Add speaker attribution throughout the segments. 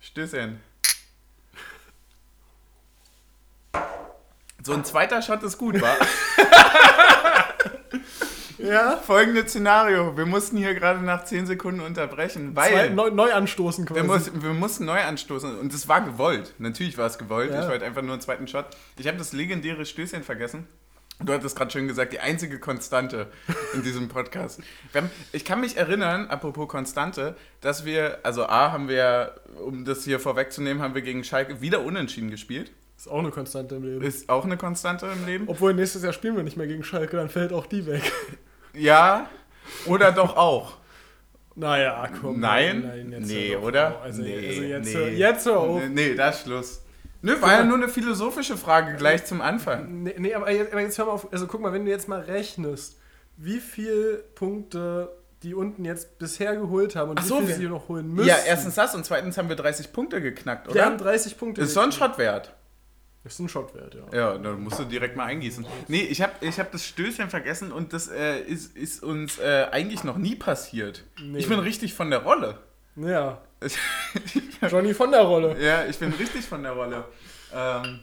Speaker 1: Stößchen. So ein zweiter Shot ist gut, wa? ja, folgendes Szenario. Wir mussten hier gerade nach 10 Sekunden unterbrechen,
Speaker 2: Zwei,
Speaker 1: weil
Speaker 2: neu, neu anstoßen quasi.
Speaker 1: wir, muss, wir mussten neu anstoßen. Und es war gewollt. Natürlich war es gewollt.
Speaker 2: Ja.
Speaker 1: Ich wollte einfach nur einen zweiten Shot. Ich habe das legendäre Stößchen vergessen. Du hattest gerade schön gesagt, die einzige Konstante in diesem Podcast. Wir haben, ich kann mich erinnern, apropos Konstante, dass wir, also A, haben wir, um das hier vorwegzunehmen, haben wir gegen Schalke wieder unentschieden gespielt.
Speaker 2: ist auch eine Konstante im Leben.
Speaker 1: Ist auch eine Konstante im Leben.
Speaker 2: Obwohl nächstes Jahr spielen wir nicht mehr gegen Schalke, dann fällt auch die weg.
Speaker 1: Ja, oder doch auch.
Speaker 2: Naja, komm.
Speaker 1: Nein? nee,
Speaker 2: hör doch
Speaker 1: oder?
Speaker 2: auf. Also,
Speaker 1: nee,
Speaker 2: also jetzt,
Speaker 1: nee.
Speaker 2: hör- jetzt hör auf.
Speaker 1: Nee, nee, da ist Schluss. Nö, war ja nur eine philosophische Frage gleich zum Anfang.
Speaker 2: Nee, nee aber, jetzt, aber jetzt hör mal auf. Also guck mal, wenn du jetzt mal rechnest, wie viele Punkte die unten jetzt bisher geholt haben und
Speaker 1: Ach
Speaker 2: wie
Speaker 1: so,
Speaker 2: viele
Speaker 1: wir-
Speaker 2: sie noch holen müssen.
Speaker 1: Ja, erstens das und zweitens haben wir 30 Punkte geknackt,
Speaker 2: Wir
Speaker 1: oder?
Speaker 2: haben 30 Punkte.
Speaker 1: ist so ein Shot wert.
Speaker 2: ist ein Shot wert, ja.
Speaker 1: Ja, dann musst du direkt mal eingießen. Nee, ich habe ich hab das Stößchen vergessen und das äh, ist, ist uns äh, eigentlich noch nie passiert.
Speaker 2: Nee.
Speaker 1: Ich bin richtig von der Rolle.
Speaker 2: Ja.
Speaker 1: Ich,
Speaker 2: Johnny von der Rolle.
Speaker 1: ja, ich bin richtig von der Rolle. Ähm,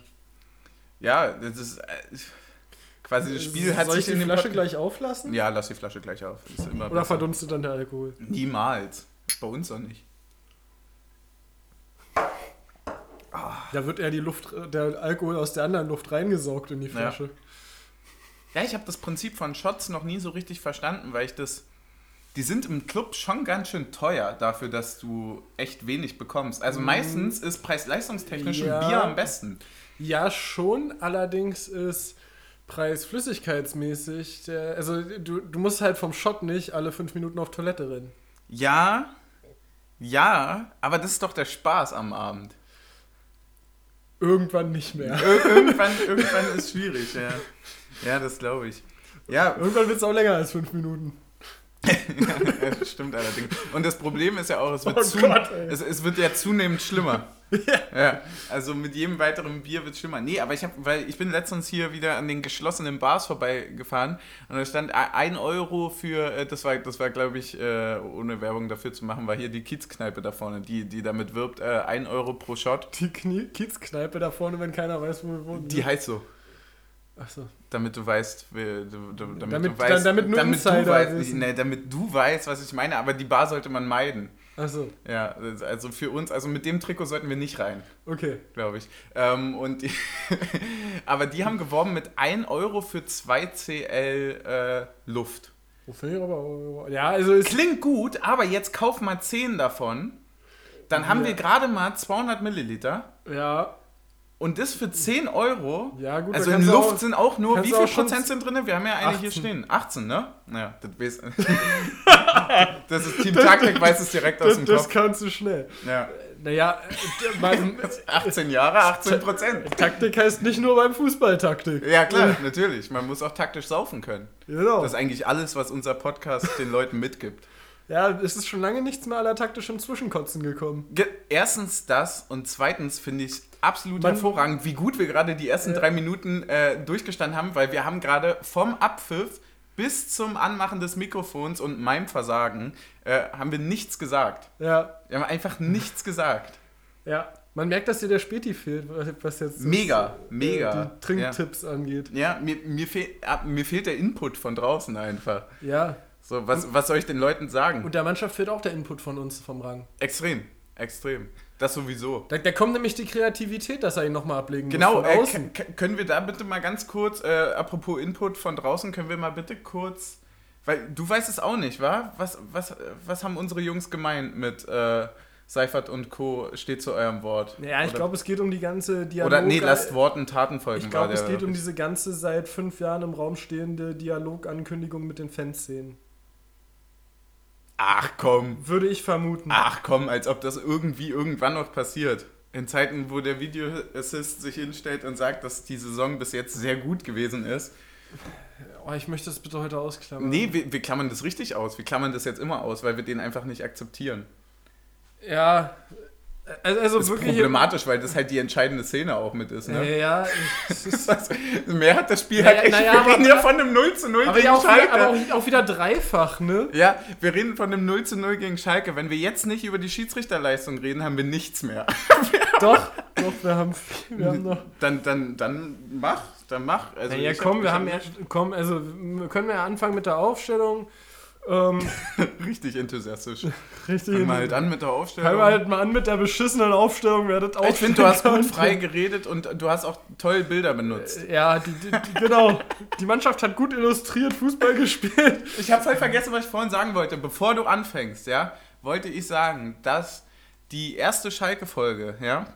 Speaker 1: ja, das ist äh, quasi das Spiel hat
Speaker 2: Soll
Speaker 1: sich
Speaker 2: ich
Speaker 1: in
Speaker 2: die
Speaker 1: dem
Speaker 2: Flasche
Speaker 1: Pod-
Speaker 2: gleich auflassen?
Speaker 1: Ja, lass die Flasche gleich auf. Ist immer
Speaker 2: Oder
Speaker 1: besser.
Speaker 2: verdunstet dann der Alkohol?
Speaker 1: Niemals. Bei uns doch nicht.
Speaker 2: Da wird eher die Luft, äh, der Alkohol aus der anderen Luft reingesaugt in die
Speaker 1: Ja.
Speaker 2: Flasche.
Speaker 1: Ja, ich habe das Prinzip von Shots noch nie so richtig verstanden, weil ich das. Die sind im Club schon ganz schön teuer dafür, dass du echt wenig bekommst. Also meistens ist preis-leistungstechnisch
Speaker 2: Mhm. Ja.
Speaker 1: ein Bier am besten.
Speaker 2: Ja, schon. Allerdings ist preisflüssigkeitsmäßig, der, also du, du musst halt vom Shot nicht alle fünf Minuten auf Toilette rennen.
Speaker 1: Ja, ja, aber das ist doch der Spaß am Abend.
Speaker 2: Irgendwann nicht mehr.
Speaker 1: Ir irgendwann, irgendwann ist schwierig, ja. Ja, das glaube ich. Ja,
Speaker 2: Irgendwann wird es auch länger als fünf Minuten.
Speaker 1: das stimmt allerdings. Und das Problem ist ja auch, es wird,
Speaker 2: Oh
Speaker 1: zu
Speaker 2: Gott, ey.
Speaker 1: es, es wird ja zunehmend schlimmer. ja. Also mit jedem weiteren Bier wird es schlimmer. Nee, aber ich habe, weil ich bin letztens hier wieder an den geschlossenen Bars vorbeigefahren und da stand a- ein Euro für, äh, das war, das war glaube ich, äh, ohne Werbung dafür zu machen, war hier die Kiezkneipe da vorne, die, die damit wirbt, äh, ein Euro pro Shot.
Speaker 2: Die Knie Kiezkneipe da vorne, wenn keiner weiß, wo wir wohnen.
Speaker 1: Die heißt so.
Speaker 2: Achso.
Speaker 1: Damit du weißt, wer- du- du- damit,
Speaker 2: Damit-
Speaker 1: du weißt,
Speaker 2: damit nur
Speaker 1: du
Speaker 2: Insider
Speaker 1: weißt,
Speaker 2: wissen.
Speaker 1: nee, damit du weißt, was ich meine, aber die Bar sollte man meiden.
Speaker 2: Achso,
Speaker 1: Ja, also für uns, also mit dem Trikot sollten wir nicht rein,
Speaker 2: okay.
Speaker 1: glaube ich. Ähm, und die, aber die haben geworben mit 1 Euro für 2 CL äh, Luft.
Speaker 2: Wo finde ich aber. Ja, also ist.
Speaker 1: Klingt gut, aber jetzt kauf mal 10 davon. Dann haben
Speaker 2: Ja.
Speaker 1: wir gerade mal 200 Milliliter.
Speaker 2: Ja,
Speaker 1: Und das für 10 Euro.
Speaker 2: ja, gut.
Speaker 1: also
Speaker 2: da
Speaker 1: in
Speaker 2: kannst du
Speaker 1: Luft
Speaker 2: auch-
Speaker 1: sind auch nur,
Speaker 2: kannst
Speaker 1: wie
Speaker 2: du
Speaker 1: viel
Speaker 2: auch schon
Speaker 1: Prozent sind drin? Wir haben ja eine hier
Speaker 2: 18.
Speaker 1: stehen. 18, ne? Naja, das, weiß, das ist Team Taktik, weiß es direkt aus
Speaker 2: Das,
Speaker 1: dem
Speaker 2: das
Speaker 1: Kopf.
Speaker 2: kannst du schnell.
Speaker 1: Ja.
Speaker 2: Naja, äh, mein,
Speaker 1: 18 Jahre, 18 Prozent.
Speaker 2: Taktik heißt nicht nur beim Fußball Taktik.
Speaker 1: Ja, klar, natürlich. Man muss auch taktisch saufen können.
Speaker 2: Genau.
Speaker 1: Das ist eigentlich alles, was unser Podcast den Leuten mitgibt.
Speaker 2: Ja, es ist schon lange nichts mehr aller taktischen Zwischenkotzen gekommen.
Speaker 1: Ge Erstens das und zweitens finde ich absolut
Speaker 2: Man-
Speaker 1: hervorragend, wie gut wir gerade die ersten
Speaker 2: Äh.
Speaker 1: drei Minuten äh, durchgestanden haben, weil wir haben gerade vom Abpfiff bis zum Anmachen des Mikrofons und meinem Versagen äh, haben wir nichts gesagt.
Speaker 2: Ja,
Speaker 1: Wir haben einfach
Speaker 2: Mhm.
Speaker 1: nichts gesagt.
Speaker 2: ja. Man merkt, dass dir der Späti fehlt, was jetzt das,
Speaker 1: Mega,
Speaker 2: äh,
Speaker 1: mega.
Speaker 2: die Trinktipps angeht.
Speaker 1: Ja, mir, mir, fehl, ah, mir fehlt der Input von draußen einfach.
Speaker 2: Ja.
Speaker 1: So, was, was soll ich den Leuten sagen?
Speaker 2: Und der Mannschaft fehlt auch der Input von uns vom Rang.
Speaker 1: Extrem, extrem. Das sowieso.
Speaker 2: Da, da kommt nämlich die Kreativität, dass er ihn nochmal ablegen
Speaker 1: Genau,
Speaker 2: muss. Von
Speaker 1: äh,
Speaker 2: außen.
Speaker 1: k- k- können wir da bitte mal ganz kurz, äh, apropos Input von draußen, können wir mal bitte kurz, weil du weißt es auch nicht, wa? Was, was, äh, was haben unsere Jungs gemeint mit äh, Seifert und Co. steht zu eurem Wort?
Speaker 2: ja, ich
Speaker 1: Oder-
Speaker 2: glaube, es geht um die ganze Dialog.
Speaker 1: Oder nee, lasst Worten Taten folgen.
Speaker 2: Ich
Speaker 1: war
Speaker 2: glaube, es
Speaker 1: der-
Speaker 2: geht um diese ganze seit fünf Jahren im Raum stehende Dialogankündigung mit den Fanszenen.
Speaker 1: Ach komm,
Speaker 2: Würde ich vermuten.
Speaker 1: ach komm, als ob das irgendwie irgendwann noch passiert. In Zeiten, wo der Videoassist sich hinstellt und sagt, dass die Saison bis jetzt sehr gut gewesen ist.
Speaker 2: Oh, ich möchte das bitte heute ausklammern.
Speaker 1: Nee, wir, wir klammern das richtig aus. Wir klammern das jetzt immer aus, weil wir den einfach nicht akzeptieren.
Speaker 2: Ja, äh, also, also
Speaker 1: Das ist
Speaker 2: wirklich.
Speaker 1: problematisch, weil das halt die entscheidende Szene auch mit ist. Ne?
Speaker 2: Ja, es ist,
Speaker 1: Das heißt, mehr hat das Spiel
Speaker 2: Naja,
Speaker 1: halt echt.
Speaker 2: naja,
Speaker 1: wir
Speaker 2: aber-
Speaker 1: reden ja von einem 0 zu 0
Speaker 2: aber
Speaker 1: gegen
Speaker 2: ja auch wieder,
Speaker 1: Schalke.
Speaker 2: aber auch, auch wieder dreifach, ne?
Speaker 1: ja, wir reden von einem 0 zu 0 gegen Schalke. Wenn wir jetzt nicht über die Schiedsrichterleistung reden, haben wir nichts mehr.
Speaker 2: Doch, doch, wir haben, viel, wir haben noch.
Speaker 1: Dann, dann, dann mach, dann mach. Also
Speaker 2: Ja, ja
Speaker 1: ich hab-
Speaker 2: komm, wir
Speaker 1: ich
Speaker 2: haben
Speaker 1: hab
Speaker 2: ja, komm, also wir können wir ja anfangen mit der Aufstellung. Ähm,
Speaker 1: richtig enthusiastisch.
Speaker 2: richtig.
Speaker 1: Fangen wir halt an mit der Aufstellung.
Speaker 2: Fangen wir halt mal an mit der beschissenen Aufstellung, werdet auch.
Speaker 1: ich finde, du hast gut frei geredet und du hast auch toll Bilder benutzt.
Speaker 2: Ja, die, die, die, genau. Die Mannschaft hat gut illustriert Fußball gespielt.
Speaker 1: Ich habe voll vergessen, was ich vorhin sagen wollte. Bevor du anfängst, ja, wollte ich sagen, dass die erste Schalke-Folge, ja,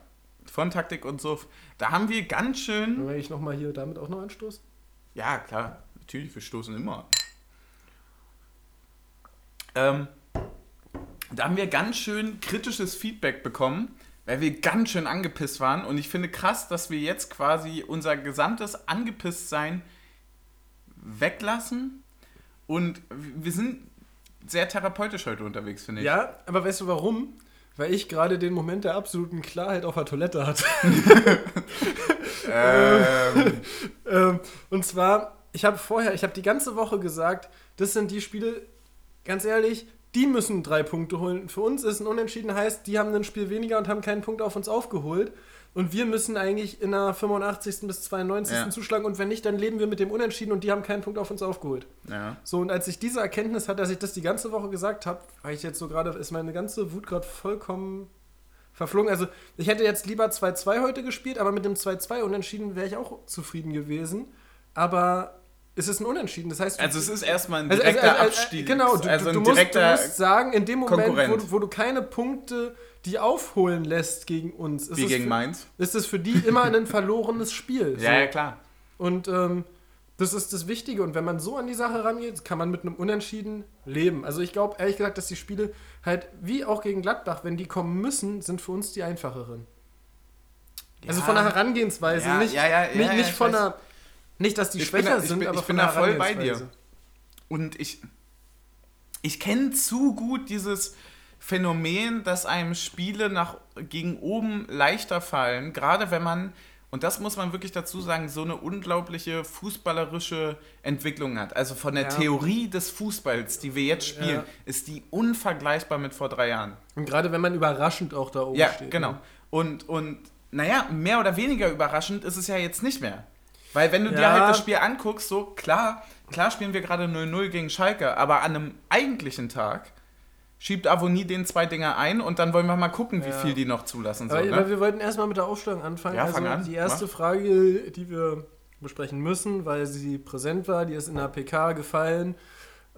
Speaker 1: von Taktik und Suff, da haben wir ganz schön.
Speaker 2: Wenn ich nochmal hier damit auch noch anstoßen?
Speaker 1: Ja, klar, natürlich, wir stoßen immer. an. Ähm, da haben wir ganz schön kritisches Feedback bekommen, weil wir ganz schön angepisst waren. Und ich finde krass, dass wir jetzt quasi unser gesamtes Angepisstsein weglassen. Und wir sind sehr therapeutisch heute unterwegs, finde ich.
Speaker 2: Ja, aber weißt du warum? Weil ich gerade den Moment der absoluten Klarheit auf der Toilette hatte.
Speaker 1: Ähm,
Speaker 2: Ähm, und zwar, ich habe vorher, ich habe die ganze Woche gesagt, das sind die Spiele, ganz ehrlich, die müssen drei Punkte holen. Für uns ist ein Unentschieden heißt, die haben ein Spiel weniger und haben keinen Punkt auf uns aufgeholt. Und wir müssen eigentlich in der 85. bis 92.
Speaker 1: Ja.
Speaker 2: zuschlagen. Und wenn nicht, dann leben wir mit dem Unentschieden und die haben keinen Punkt auf uns aufgeholt.
Speaker 1: ja.
Speaker 2: So, und als ich diese Erkenntnis hatte, dass ich das die ganze Woche gesagt habe, weil ich jetzt so gerade, ist meine ganze Wut gerade vollkommen verflogen. Also, ich hätte jetzt lieber 2-2 heute gespielt, aber mit dem 2-2 unentschieden wäre ich auch zufrieden gewesen. Aber es ist ein Unentschieden. Das heißt,
Speaker 1: Also es ist erstmal ein
Speaker 2: also- also-
Speaker 1: direkter
Speaker 2: also-
Speaker 1: Abstieg.
Speaker 2: Genau, du,
Speaker 1: also ein
Speaker 2: du, musst, du
Speaker 1: direkter
Speaker 2: musst sagen, in dem Moment, wo,
Speaker 1: Konkurrent.
Speaker 2: du- wo du keine Punkte die aufholen lässt gegen uns, ist,
Speaker 1: wie
Speaker 2: es,
Speaker 1: gegen
Speaker 2: für,
Speaker 1: Mainz.
Speaker 2: ist es für die immer ein verlorenes Spiel. So.
Speaker 1: Ja, ja, klar.
Speaker 2: Und ähm, das ist das Wichtige. Und wenn man so an die Sache rangeht, kann man mit einem Unentschieden leben. Also ich glaube ehrlich gesagt, dass die Spiele halt, wie auch gegen Gladbach, wenn die kommen müssen, sind für uns die einfacheren. Also
Speaker 1: Ja.
Speaker 2: von der Herangehensweise,
Speaker 1: Ja,
Speaker 2: nicht,
Speaker 1: ja, ja, ja,
Speaker 2: nicht,
Speaker 1: ja,
Speaker 2: nicht
Speaker 1: ich
Speaker 2: von
Speaker 1: weiß.
Speaker 2: der, nicht, dass die
Speaker 1: Ich bin
Speaker 2: schwächer
Speaker 1: da- ich
Speaker 2: sind,
Speaker 1: bin-
Speaker 2: aber
Speaker 1: ich bin
Speaker 2: von
Speaker 1: da
Speaker 2: der
Speaker 1: voll bei dir.
Speaker 2: Herangehensweise.
Speaker 1: Und ich, ich kenne zu gut dieses Phänomen, dass einem Spiele nach, gegen oben leichter fallen, gerade wenn man, und das muss man wirklich dazu sagen, so eine unglaubliche fußballerische Entwicklung hat. Also von der
Speaker 2: Ja.
Speaker 1: Theorie des Fußballs, die wir jetzt spielen,
Speaker 2: Ja.
Speaker 1: ist die unvergleichbar mit vor drei Jahren.
Speaker 2: Und gerade wenn man überraschend auch da oben
Speaker 1: ja,
Speaker 2: steht.
Speaker 1: genau.
Speaker 2: ne?
Speaker 1: Und, und naja, mehr oder weniger überraschend ist es ja jetzt nicht mehr. Weil wenn du dir
Speaker 2: Ja.
Speaker 1: halt das Spiel anguckst, so klar, klar spielen wir gerade 0-0 gegen Schalke, aber an einem eigentlichen Tag schiebt Avonie den zwei Dinger ein und dann wollen wir mal gucken, wie
Speaker 2: Ja.
Speaker 1: viel die noch zulassen
Speaker 2: Aber,
Speaker 1: sollen.
Speaker 2: aber
Speaker 1: Ne?
Speaker 2: wir wollten erstmal mit der Aufstellung anfangen.
Speaker 1: Ja,
Speaker 2: also
Speaker 1: fang an,
Speaker 2: die erste
Speaker 1: mach.
Speaker 2: Frage, die wir besprechen müssen, weil sie präsent war, die ist in der PK gefallen.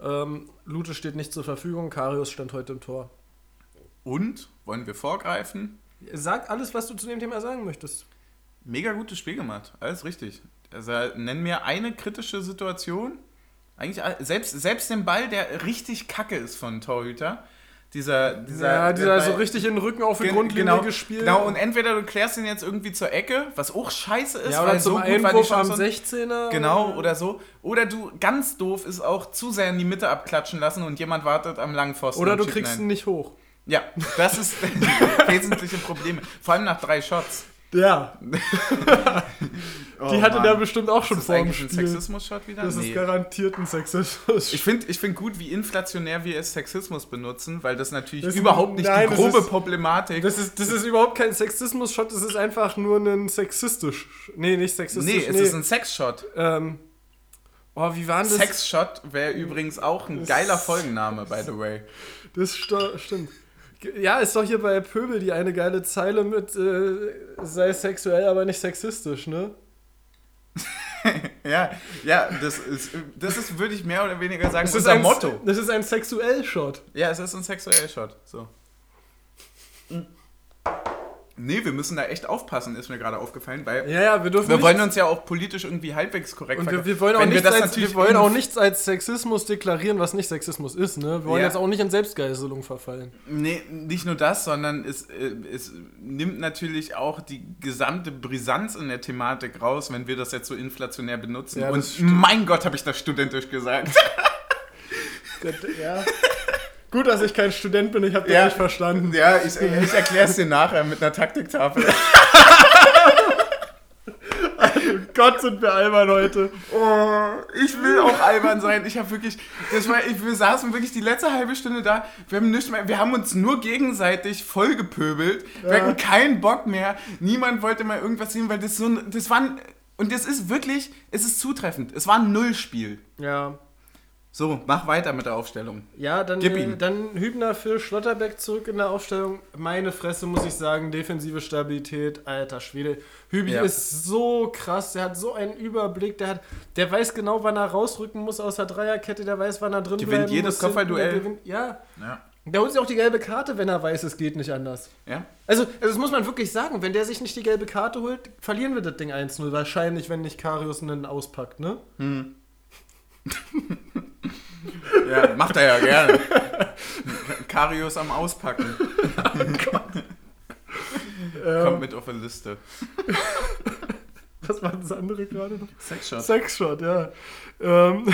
Speaker 2: Ähm, Lute steht nicht zur Verfügung, Karius stand heute im Tor.
Speaker 1: Und, wollen wir vorgreifen,
Speaker 2: Sag alles, was du zu dem Thema sagen möchtest.
Speaker 1: mega gutes Spiel gemacht, alles richtig. Also nenn mir eine kritische Situation, eigentlich all- selbst, selbst den Ball, der richtig kacke ist von Torhüter, dieser, dieser,
Speaker 2: ja,
Speaker 1: der
Speaker 2: dieser so
Speaker 1: Ball-
Speaker 2: richtig in den Rücken auf die
Speaker 1: Gen-
Speaker 2: Grundlinie
Speaker 1: genau,
Speaker 2: gespielt.
Speaker 1: Genau, und entweder du klärst ihn jetzt irgendwie zur Ecke, was auch scheiße ist,
Speaker 2: ja, oder
Speaker 1: weil
Speaker 2: zum
Speaker 1: so gut war die
Speaker 2: Einwurf am
Speaker 1: Chance.
Speaker 2: 16er.
Speaker 1: Genau, oder so. Oder du, ganz doof, ist auch zu sehr in die Mitte abklatschen lassen und jemand wartet am langen Pfosten.
Speaker 2: Oder
Speaker 1: und
Speaker 2: du
Speaker 1: schiebt
Speaker 2: kriegst ihn
Speaker 1: rein.
Speaker 2: nicht hoch.
Speaker 1: Ja, das ist wesentliche Probleme. Vor allem nach drei Shots.
Speaker 2: Ja,
Speaker 1: Oh,
Speaker 2: die hatte
Speaker 1: Mann.
Speaker 2: der bestimmt auch
Speaker 1: Ist
Speaker 2: schon
Speaker 1: das
Speaker 2: vor dem
Speaker 1: eigentlich ein
Speaker 2: Spiel.
Speaker 1: Sexismus-Shot wieder?
Speaker 2: Das ist
Speaker 1: nee.
Speaker 2: garantiert ein Sexismus.
Speaker 1: Ich finde ich find gut, wie inflationär wir es Sexismus benutzen, weil das natürlich
Speaker 2: Das-
Speaker 1: überhaupt nicht
Speaker 2: nein,
Speaker 1: die
Speaker 2: das
Speaker 1: grobe
Speaker 2: ist-
Speaker 1: Problematik
Speaker 2: Das ist, das ist überhaupt kein Sexismus-Shot, das ist einfach nur ein sexistisch. Nee, nicht sexistisch.
Speaker 1: Nee, es ist ein Sex-Shot.
Speaker 2: ähm, Oh, wie war denn das?
Speaker 1: Sexshot wäre übrigens auch ein
Speaker 2: Das-
Speaker 1: geiler Folgenname, by the way.
Speaker 2: Das sto- stimmt. G- Ja, ist doch hier bei Pöbel die eine geile Zeile mit äh, sei sexuell, aber nicht sexistisch, ne?
Speaker 1: Ja, ja, das ist, das ist würde ich mehr oder weniger sagen,
Speaker 2: Das
Speaker 1: unser
Speaker 2: ein
Speaker 1: Motto.
Speaker 2: Das ist ein sexuell Shot.
Speaker 1: Ja, es ist ein sexueller Shot. So. Nee, wir müssen da echt aufpassen, ist mir gerade aufgefallen, weil
Speaker 2: Ja, ja, wir dürfen
Speaker 1: wir
Speaker 2: nicht-
Speaker 1: wollen uns ja auch politisch irgendwie halbwegs korrekt
Speaker 2: und wir,
Speaker 1: verhalten.
Speaker 2: wir wollen, auch
Speaker 1: Wenn wir
Speaker 2: nichts
Speaker 1: das
Speaker 2: als,
Speaker 1: natürlich
Speaker 2: wir wollen auch
Speaker 1: in-
Speaker 2: nichts als Sexismus deklarieren, was nicht Sexismus ist, ne? Wir wollen
Speaker 1: Ja.
Speaker 2: jetzt auch nicht in Selbstgeißelung verfallen.
Speaker 1: Nee, nicht nur das, sondern es, äh, es nimmt natürlich auch die gesamte Brisanz in der Thematik raus, wenn wir das jetzt so inflationär benutzen.
Speaker 2: Ja, das
Speaker 1: Und
Speaker 2: stimmt.
Speaker 1: mein Gott, habe ich das studentisch gesagt.
Speaker 2: Ja. Gut, dass ich kein Student bin, ich habe das
Speaker 1: Ja.
Speaker 2: nicht verstanden.
Speaker 1: Ja, ich, ich erkläre es dir nachher mit einer Taktiktafel.
Speaker 2: Gott, sind wir albern heute.
Speaker 1: Oh, ich will auch albern sein. Ich habe wirklich, das war, ich, wir saßen wirklich die letzte halbe Stunde da. Wir haben nicht mehr, wir haben uns nur gegenseitig vollgepöbelt. Wir
Speaker 2: Ja.
Speaker 1: hatten keinen Bock mehr. Niemand wollte mal irgendwas sehen, weil das so, ein- das war, ein- und das ist wirklich, es ist zutreffend. Es war ein Nullspiel.
Speaker 2: Ja.
Speaker 1: So, mach weiter mit der Aufstellung.
Speaker 2: Ja, dann,
Speaker 1: Gib
Speaker 2: äh,
Speaker 1: ihm.
Speaker 2: dann Hübner für Schlotterbeck zurück in der Aufstellung. Meine Fresse, muss ich sagen, defensive Stabilität, alter Schwede. Hübi
Speaker 1: Ja.
Speaker 2: ist so krass, der hat so einen Überblick, der, hat, der weiß genau, wann er rausrücken muss aus der Dreierkette, der weiß, wann er drin
Speaker 1: Gewinnt
Speaker 2: bleiben
Speaker 1: jedes
Speaker 2: muss. hinten,
Speaker 1: Kopfballduell.
Speaker 2: der gewinnt- Ja,
Speaker 1: Ja.
Speaker 2: der holt sich auch die gelbe Karte, wenn er weiß, es geht nicht anders.
Speaker 1: Ja.
Speaker 2: Also, also das muss man wirklich sagen, wenn der sich nicht die gelbe Karte holt, verlieren wir das Ding 1-0. Wahrscheinlich, wenn nicht Karius einen auspackt, ne?
Speaker 1: Ja, macht er ja gerne. Karius am Auspacken. Kommt mit auf eine Liste.
Speaker 2: Was war das andere gerade noch?
Speaker 1: Sexshot.
Speaker 2: Sexshot, ja. Ähm,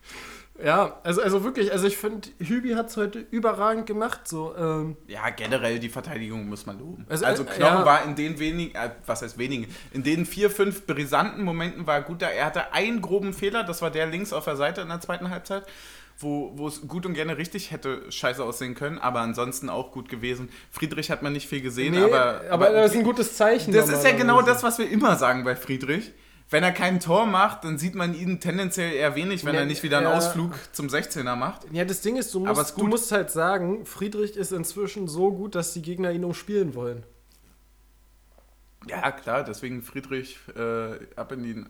Speaker 2: ja, also, also wirklich, also ich finde, Hübi hat es heute überragend gemacht. So, ähm,
Speaker 1: Ja, generell die Verteidigung muss man loben.
Speaker 2: Also,
Speaker 1: Also,
Speaker 2: äh,
Speaker 1: Knochen
Speaker 2: ja.
Speaker 1: war in den wenigen, äh, was heißt wenigen, in den vier, fünf brisanten Momenten war er gut da. Er hatte einen groben Fehler, das war der links auf der Seite in der zweiten Halbzeit, wo wo es gut und gerne richtig hätte scheiße aussehen können, aber ansonsten auch gut gewesen. Friedrich hat man nicht viel gesehen,
Speaker 2: nee,
Speaker 1: aber,
Speaker 2: aber, das ist ein gutes Zeichen.
Speaker 1: Das ist ja
Speaker 2: normalerweise.
Speaker 1: genau das, was wir immer sagen bei Friedrich. Wenn er kein Tor macht, dann sieht man ihn tendenziell eher wenig, wenn
Speaker 2: Ja,
Speaker 1: er nicht wieder einen
Speaker 2: ja.
Speaker 1: Ausflug zum 16er macht.
Speaker 2: Ja, das Ding ist, du
Speaker 1: Aber ist
Speaker 2: musst, du
Speaker 1: gut.
Speaker 2: musst halt sagen, Friedrich ist inzwischen so gut, dass die Gegner ihn umspielen wollen.
Speaker 1: Ja, klar, deswegen Friedrich äh, ab in die.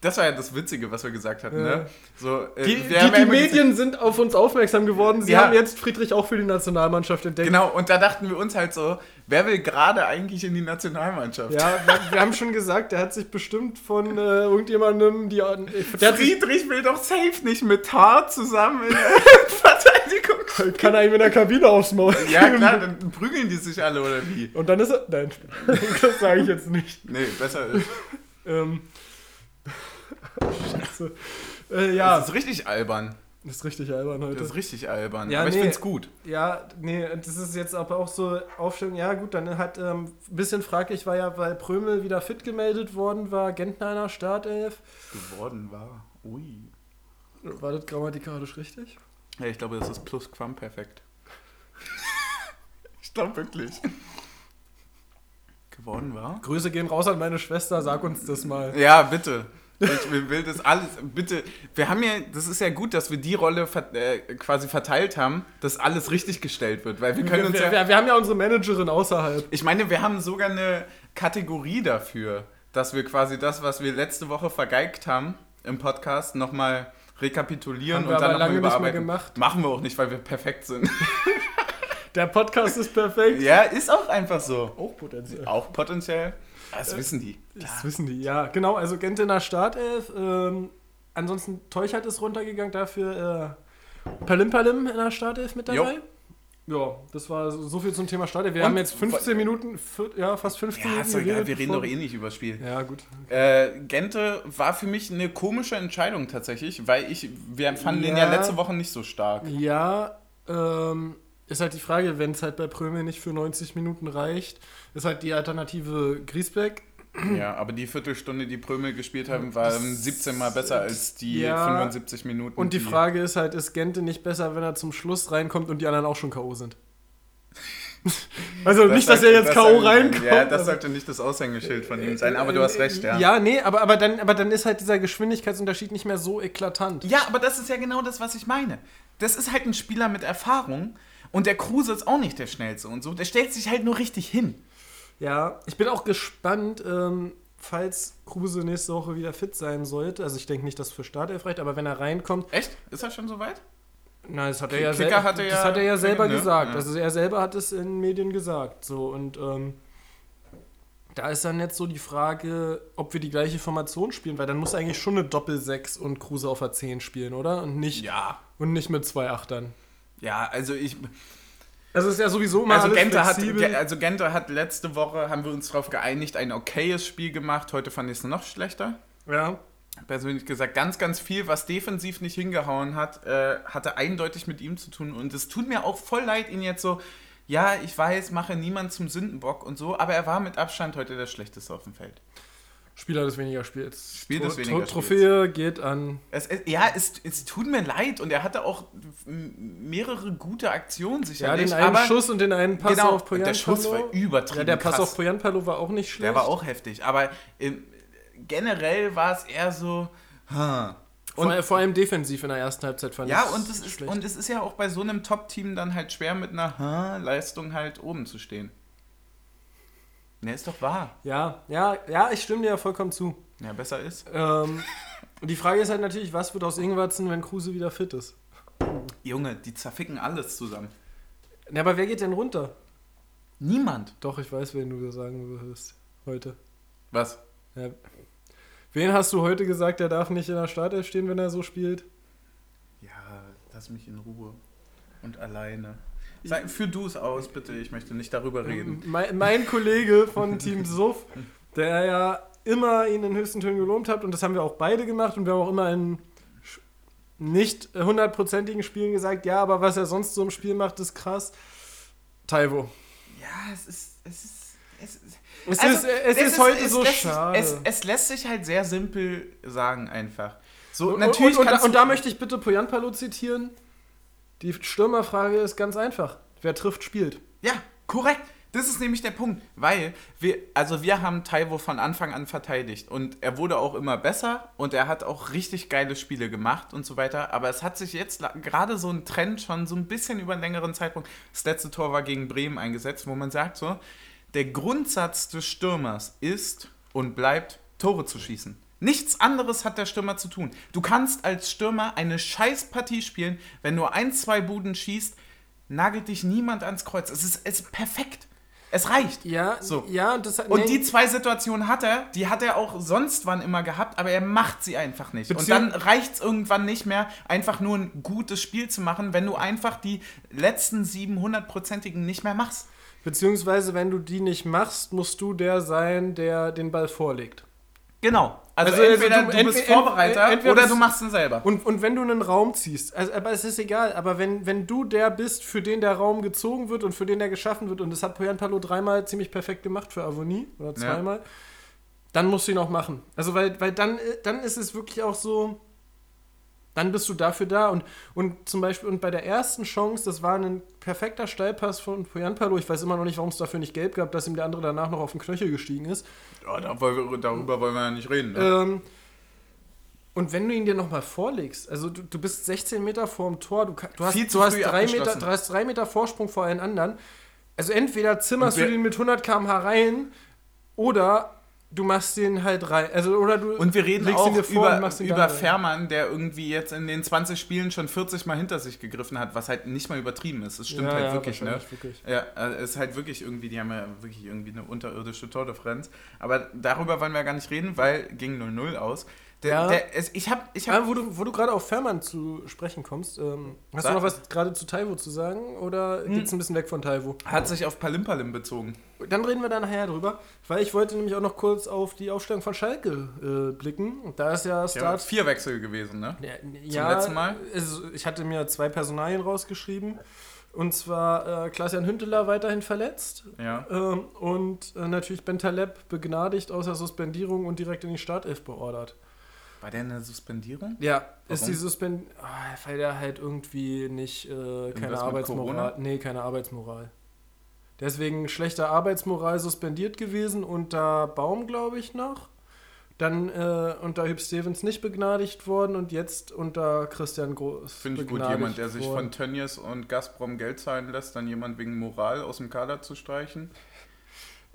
Speaker 1: Das war ja das Witzige, was wir gesagt hatten,
Speaker 2: Ja.
Speaker 1: ne? So, äh,
Speaker 2: Die,
Speaker 1: wir
Speaker 2: die,
Speaker 1: haben ja
Speaker 2: die
Speaker 1: immer gesagt-
Speaker 2: Medien sind auf uns aufmerksam geworden. Sie
Speaker 1: Ja.
Speaker 2: haben jetzt Friedrich auch für die Nationalmannschaft entdeckt.
Speaker 1: Genau, und da dachten wir uns halt so, wer will gerade eigentlich in die Nationalmannschaft?
Speaker 2: Ja, wir, wir haben schon gesagt, der hat sich bestimmt von äh, irgendjemandem, die, der hat sich
Speaker 1: Friedrich will doch safe nicht mit Tar zusammen in der Verteidigung.
Speaker 2: Kann er ihm in der Kabine aufs Maul
Speaker 1: Ja,
Speaker 2: geben.
Speaker 1: klar, dann prügeln die sich alle oder wie?
Speaker 2: Und dann ist er. Nein, das sage ich jetzt nicht.
Speaker 1: Nee, besser ist.
Speaker 2: Ähm. Scheiße. Äh, ja,
Speaker 1: Das
Speaker 2: das
Speaker 1: ist richtig albern.
Speaker 2: ist richtig albern heute.
Speaker 1: Das ist richtig albern.
Speaker 2: Ja,
Speaker 1: aber
Speaker 2: nee.
Speaker 1: ich find's gut.
Speaker 2: Ja, nee, das ist jetzt aber auch so Aufstellung. Ja, gut, dann hat ähm, ein bisschen fraglich war ja, weil Prömel wieder fit gemeldet worden war, Gentner in der Startelf.
Speaker 1: Geworden war. Ui.
Speaker 2: War das grammatikalisch richtig?
Speaker 1: Ja, ich glaube, das ist Plusquamperfekt. ich glaube wirklich. Geworden war?
Speaker 2: Grüße gehen raus an meine Schwester, sag uns das mal.
Speaker 1: Ja, bitte. Ich will will das alles, bitte. Wir haben ja, das ist ja gut, dass wir die Rolle ver äh, quasi verteilt haben, dass alles richtig gestellt wird, weil wir können uns
Speaker 2: wir,
Speaker 1: ja.
Speaker 2: wir, wir haben ja unsere Managerin außerhalb.
Speaker 1: Ich meine, wir haben sogar eine Kategorie dafür, dass wir quasi das, was wir letzte Woche vergeigt haben im Podcast, nochmal rekapitulieren
Speaker 2: Haben wir
Speaker 1: und dann
Speaker 2: aber
Speaker 1: nochmal
Speaker 2: lange nicht mehr
Speaker 1: überarbeiten.
Speaker 2: gemacht.
Speaker 1: Machen wir auch nicht, weil wir perfekt sind.
Speaker 2: Der Podcast ist perfekt.
Speaker 1: ja, ist auch einfach so.
Speaker 2: Auch potenziell. Äh,
Speaker 1: Auch potenziell. Das wissen die.
Speaker 2: Das wissen die, ja. Genau, also Gent in der Startelf. Ähm, ansonsten Teuchert ist runtergegangen, dafür äh, Palim Palim in der Startelf mit dabei. Ja, das war so so viel zum Thema Startelf. Wir
Speaker 1: Und-
Speaker 2: haben jetzt 15 Minuten, vier- ja, fast 15
Speaker 1: Ja,
Speaker 2: Minuten.
Speaker 1: ist doch egal,
Speaker 2: geredet
Speaker 1: wir reden doch
Speaker 2: von-
Speaker 1: eh nicht über das Spiel.
Speaker 2: Ja, gut.
Speaker 1: Äh, Gente war für mich eine komische Entscheidung tatsächlich, weil ich, wir fanden den ja
Speaker 2: Ja.
Speaker 1: letzte Woche nicht so stark.
Speaker 2: Ja, ähm, ist halt die Frage, wenn es halt bei Prömel nicht für 90 Minuten reicht, ist halt die Alternative Griesbeck.
Speaker 1: Ja, aber die Viertelstunde, die Prömel gespielt haben, war 17 Mal besser als die
Speaker 2: äh, Ja.
Speaker 1: 75 Minuten.
Speaker 2: Und die Frage ist halt, ist Gente nicht besser, wenn er zum Schluss reinkommt und die anderen auch schon K.O. sind? also nicht, dass er
Speaker 1: sollte-
Speaker 2: jetzt K.O.
Speaker 1: sollte-
Speaker 2: reinkommt.
Speaker 1: Ja, das
Speaker 2: aber-
Speaker 1: sollte nicht das Aushängeschild von ihm sein, aber du hast recht, ja.
Speaker 2: Ja, nee, aber, aber, dann, aber dann ist halt dieser Geschwindigkeitsunterschied nicht mehr so eklatant.
Speaker 1: Ja, aber das ist ja genau das, was ich meine. Das ist halt ein Spieler mit Erfahrung und der Kruse ist auch nicht der Schnellste und so. Der stellt sich halt nur richtig hin.
Speaker 2: Ja, ich bin auch gespannt, ähm, falls Kruse nächste Woche wieder fit sein sollte. Also ich denke nicht, dass für Startelf reicht, aber wenn er reinkommt,
Speaker 1: Echt? Ist er schon so weit?
Speaker 2: na, das hat er ja,
Speaker 1: Kicker
Speaker 2: sel-
Speaker 1: hatte
Speaker 2: das
Speaker 1: ja-
Speaker 2: hat er ja selber
Speaker 1: ne?
Speaker 2: gesagt.
Speaker 1: Ja.
Speaker 2: Also er selber hat es in Medien gesagt. So und ähm, da ist dann jetzt so die Frage, ob wir die gleiche Formation spielen, weil dann muss eigentlich schon eine Doppel-6 und Kruse auf der 10 spielen, oder? Und nicht,
Speaker 1: Ja.
Speaker 2: und nicht mit zwei Achtern.
Speaker 1: Ja, also ich,
Speaker 2: Also ist ja sowieso mal
Speaker 1: Also
Speaker 2: alles
Speaker 1: Genter, hat,
Speaker 2: flexibel.
Speaker 1: Ge- also Genter hat letzte Woche, haben wir uns darauf geeinigt, ein okayes Spiel gemacht. Heute fand ich es noch schlechter.
Speaker 2: Ja.
Speaker 1: persönlich gesagt, ganz, ganz viel, was defensiv nicht hingehauen hat, äh, hatte eindeutig mit ihm zu tun. Und es tut mir auch voll leid, ihn jetzt so, ja, ich weiß, mache niemand zum Sündenbock und so, aber er war mit Abstand heute der Schlechteste auf dem Feld.
Speaker 2: Spieler des weniger Spiels.
Speaker 1: Spiel des
Speaker 2: Tro-
Speaker 1: weniger
Speaker 2: Tro- Trophäe geht an.
Speaker 1: Es, es, ja, es, es tut mir leid und er hatte auch m- mehrere gute Aktionen
Speaker 2: Ja,
Speaker 1: sicherlich.
Speaker 2: den einen
Speaker 1: aber
Speaker 2: Schuss und den einen Pass
Speaker 1: genau,
Speaker 2: auf Poyan
Speaker 1: der Schuss war übertrieben
Speaker 2: Ja, der Pass
Speaker 1: krass.
Speaker 2: auf Poyan Palo war auch nicht schlecht.
Speaker 1: Der war auch heftig, aber ähm, generell war es eher so. Hm.
Speaker 2: vor, allem- vor allem defensiv in der ersten Halbzeit fand
Speaker 1: Ja,
Speaker 2: ich
Speaker 1: und es, ist,
Speaker 2: schlecht.
Speaker 1: und es ist ja auch bei so einem Top-Team dann halt schwer, mit einer hm, Leistung halt oben zu stehen. Ne, ist doch wahr.
Speaker 2: ja, ja, ja, ich stimme dir ja vollkommen zu.
Speaker 1: Ja, besser ist.
Speaker 2: Ähm, und die Frage ist halt natürlich, was wird aus Ingwertsen, wenn Kruse wieder fit ist?
Speaker 1: Junge, die zerficken alles zusammen.
Speaker 2: Na, aber wer geht denn runter?
Speaker 1: Niemand.
Speaker 2: Doch, ich weiß, wen du da sagen würdest heute.
Speaker 1: Was?
Speaker 2: Ja. Wen hast du heute gesagt, der darf nicht in der Startelf stehen, wenn er so spielt?
Speaker 1: Ja, lass mich in Ruhe. Und alleine. Sag, führ du es aus, bitte. Ich möchte nicht
Speaker 2: Ähm,
Speaker 1: darüber reden.
Speaker 2: Mein, mein Kollege von Team Suff, der ja immer ihn in höchsten Tönen gelohnt hat, und das haben wir auch beide gemacht, und wir haben auch immer in sch- nicht hundertprozentigen Spielen gesagt, ja, aber was er sonst so im Spiel macht, ist krass. Taivo.
Speaker 1: Ja, es ist. Es ist. Es ist
Speaker 2: Es
Speaker 1: Also,
Speaker 2: ist, es ist,
Speaker 1: lässt-
Speaker 2: heute
Speaker 1: es
Speaker 2: so
Speaker 1: lässt,
Speaker 2: schade.
Speaker 1: Es, es lässt sich halt sehr simpel sagen, einfach. So,
Speaker 2: Und-
Speaker 1: natürlich
Speaker 2: und, und, da,
Speaker 1: kannst
Speaker 2: und da möchte ich bitte Poyanpalo zitieren. Die Stürmerfrage ist ganz einfach. Wer trifft, spielt.
Speaker 1: Ja, korrekt. Das ist nämlich der Punkt, weil wir, also wir haben Taiwo von Anfang an verteidigt und er wurde auch immer besser und er hat auch richtig geile Spiele gemacht und so weiter. Aber es hat sich jetzt la- gerade so ein Trend schon so ein bisschen über einen längeren Zeitpunkt. Das letzte Tor war gegen Bremen eingesetzt, wo man sagt so, der Grundsatz des Stürmers ist und bleibt, Tore zu schießen. Nichts anderes hat der Stürmer zu tun. Du kannst als Stürmer eine Scheißpartie spielen, wenn nur ein, zwei Buden schießt, nagelt dich niemand ans Kreuz. Es ist, es ist perfekt. Es reicht.
Speaker 2: Ja,
Speaker 1: So.
Speaker 2: ja, und das hat-
Speaker 1: Und
Speaker 2: nee.
Speaker 1: die zwei Situationen hat er, die hat er auch sonst wann immer gehabt, aber er macht sie einfach nicht.
Speaker 2: Beziehungs-
Speaker 1: und dann reicht es irgendwann nicht mehr, einfach nur ein gutes Spiel zu machen, wenn du einfach die letzten 700-prozentigen nicht mehr machst.
Speaker 2: Beziehungsweise, wenn du die nicht machst, musst du der sein, der den Ball vorlegt.
Speaker 1: Genau. Also,
Speaker 2: Also, also
Speaker 1: entweder
Speaker 2: du-
Speaker 1: du,
Speaker 2: entwe-
Speaker 1: bist
Speaker 2: entwe-
Speaker 1: Vorbereiter
Speaker 2: entweder
Speaker 1: oder
Speaker 2: bist-
Speaker 1: du machst ihn selber.
Speaker 2: Und, und wenn du einen Raum ziehst, also, aber es ist egal, aber wenn, wenn du der bist, für den der Raum gezogen wird und für den der geschaffen wird, und das hat Poyan Palo dreimal ziemlich perfekt gemacht für Avonie oder zweimal, dann musst du ihn auch machen. Also, weil, weil dann, äh, dann ist es wirklich auch so, dann bist du dafür da. Und, und zum Beispiel, und bei der ersten Chance, das war ein perfekter Steilpass von Poyan Palo, ich weiß immer noch nicht, warum es dafür nicht gelb gab, dass ihm der andere danach noch auf den Knöchel gestiegen ist.
Speaker 1: Ja, da wollen wir- darüber wollen wir ja nicht reden. ne?
Speaker 2: Ähm, und wenn du ihn dir nochmal vorlegst, also du, du bist 16 Meter vorm Tor, du, ka- du, hast,
Speaker 1: Viel zu
Speaker 2: du, hast
Speaker 1: früh
Speaker 2: drei Meter,
Speaker 1: abgeschlossen.
Speaker 2: du hast drei Meter Vorsprung vor allen anderen. Also entweder zimmerst
Speaker 1: Und
Speaker 2: du
Speaker 1: wir-
Speaker 2: den mit 100 km/h rein oder du machst den halt rein. Also, oder du
Speaker 1: Und wir reden
Speaker 2: legst
Speaker 1: auch
Speaker 2: ihn dir vor und
Speaker 1: über,
Speaker 2: machst ihn
Speaker 1: über
Speaker 2: dann rein.
Speaker 1: Fährmann, der irgendwie jetzt in den 20 Spielen schon 40 Mal hinter sich gegriffen hat, was halt nicht mal übertrieben ist. Das stimmt
Speaker 2: Ja,
Speaker 1: halt
Speaker 2: ja,
Speaker 1: wirklich, ne?
Speaker 2: wahrscheinlich, wirklich.
Speaker 1: Ja, also es ist halt wirklich irgendwie, die haben ja wirklich irgendwie eine unterirdische Tordifferenz. Aber darüber wollen wir gar nicht reden, weil ging 0-0 aus. Der,
Speaker 2: Ja.
Speaker 1: der, es, ich hab, ich hab,
Speaker 2: Ja, wo du, wo du gerade auf Fährmann zu sprechen kommst, ähm, hast
Speaker 1: Sag. Hm.
Speaker 2: du noch was gerade zu Taiwo zu sagen oder geht's ein bisschen weg von Taiwo?
Speaker 1: hat sich auf Palimpalim bezogen.
Speaker 2: Dann reden wir da nachher drüber, weil ich wollte nämlich auch noch kurz auf die Aufstellung von Schalke äh, blicken. Und Da ist ja
Speaker 1: Ja,
Speaker 2: Start.
Speaker 1: vier Wechsel gewesen, ne?
Speaker 2: Ja, ja,
Speaker 1: letzten Mal?
Speaker 2: Es, ich hatte mir zwei Personalien rausgeschrieben. Und zwar äh, Klaas-Jan Hünteler weiterhin verletzt.
Speaker 1: Ja.
Speaker 2: Ähm, und äh, natürlich Bentaleb begnadigt außer Suspendierung und direkt in die Startelf beordert.
Speaker 1: War der eine Suspendierung?
Speaker 2: Ja, ist
Speaker 1: Warum?
Speaker 2: die Suspend. Ah, weil der halt irgendwie nicht. Äh, keine
Speaker 1: mit
Speaker 2: Arbeitsmoral.
Speaker 1: Corona?
Speaker 2: Nee, keine Arbeitsmoral. Deswegen schlechter Arbeitsmoral suspendiert gewesen unter Baum, glaube ich, noch. Dann äh, unter Hüb Stevens nicht begnadigt worden und jetzt unter Christian Groß.
Speaker 1: Finde ich gut,
Speaker 2: begnadigt
Speaker 1: jemand, der sich
Speaker 2: worden.
Speaker 1: von Tönnies und Gazprom Geld zahlen lässt, dann jemand wegen Moral aus dem Kader zu streichen.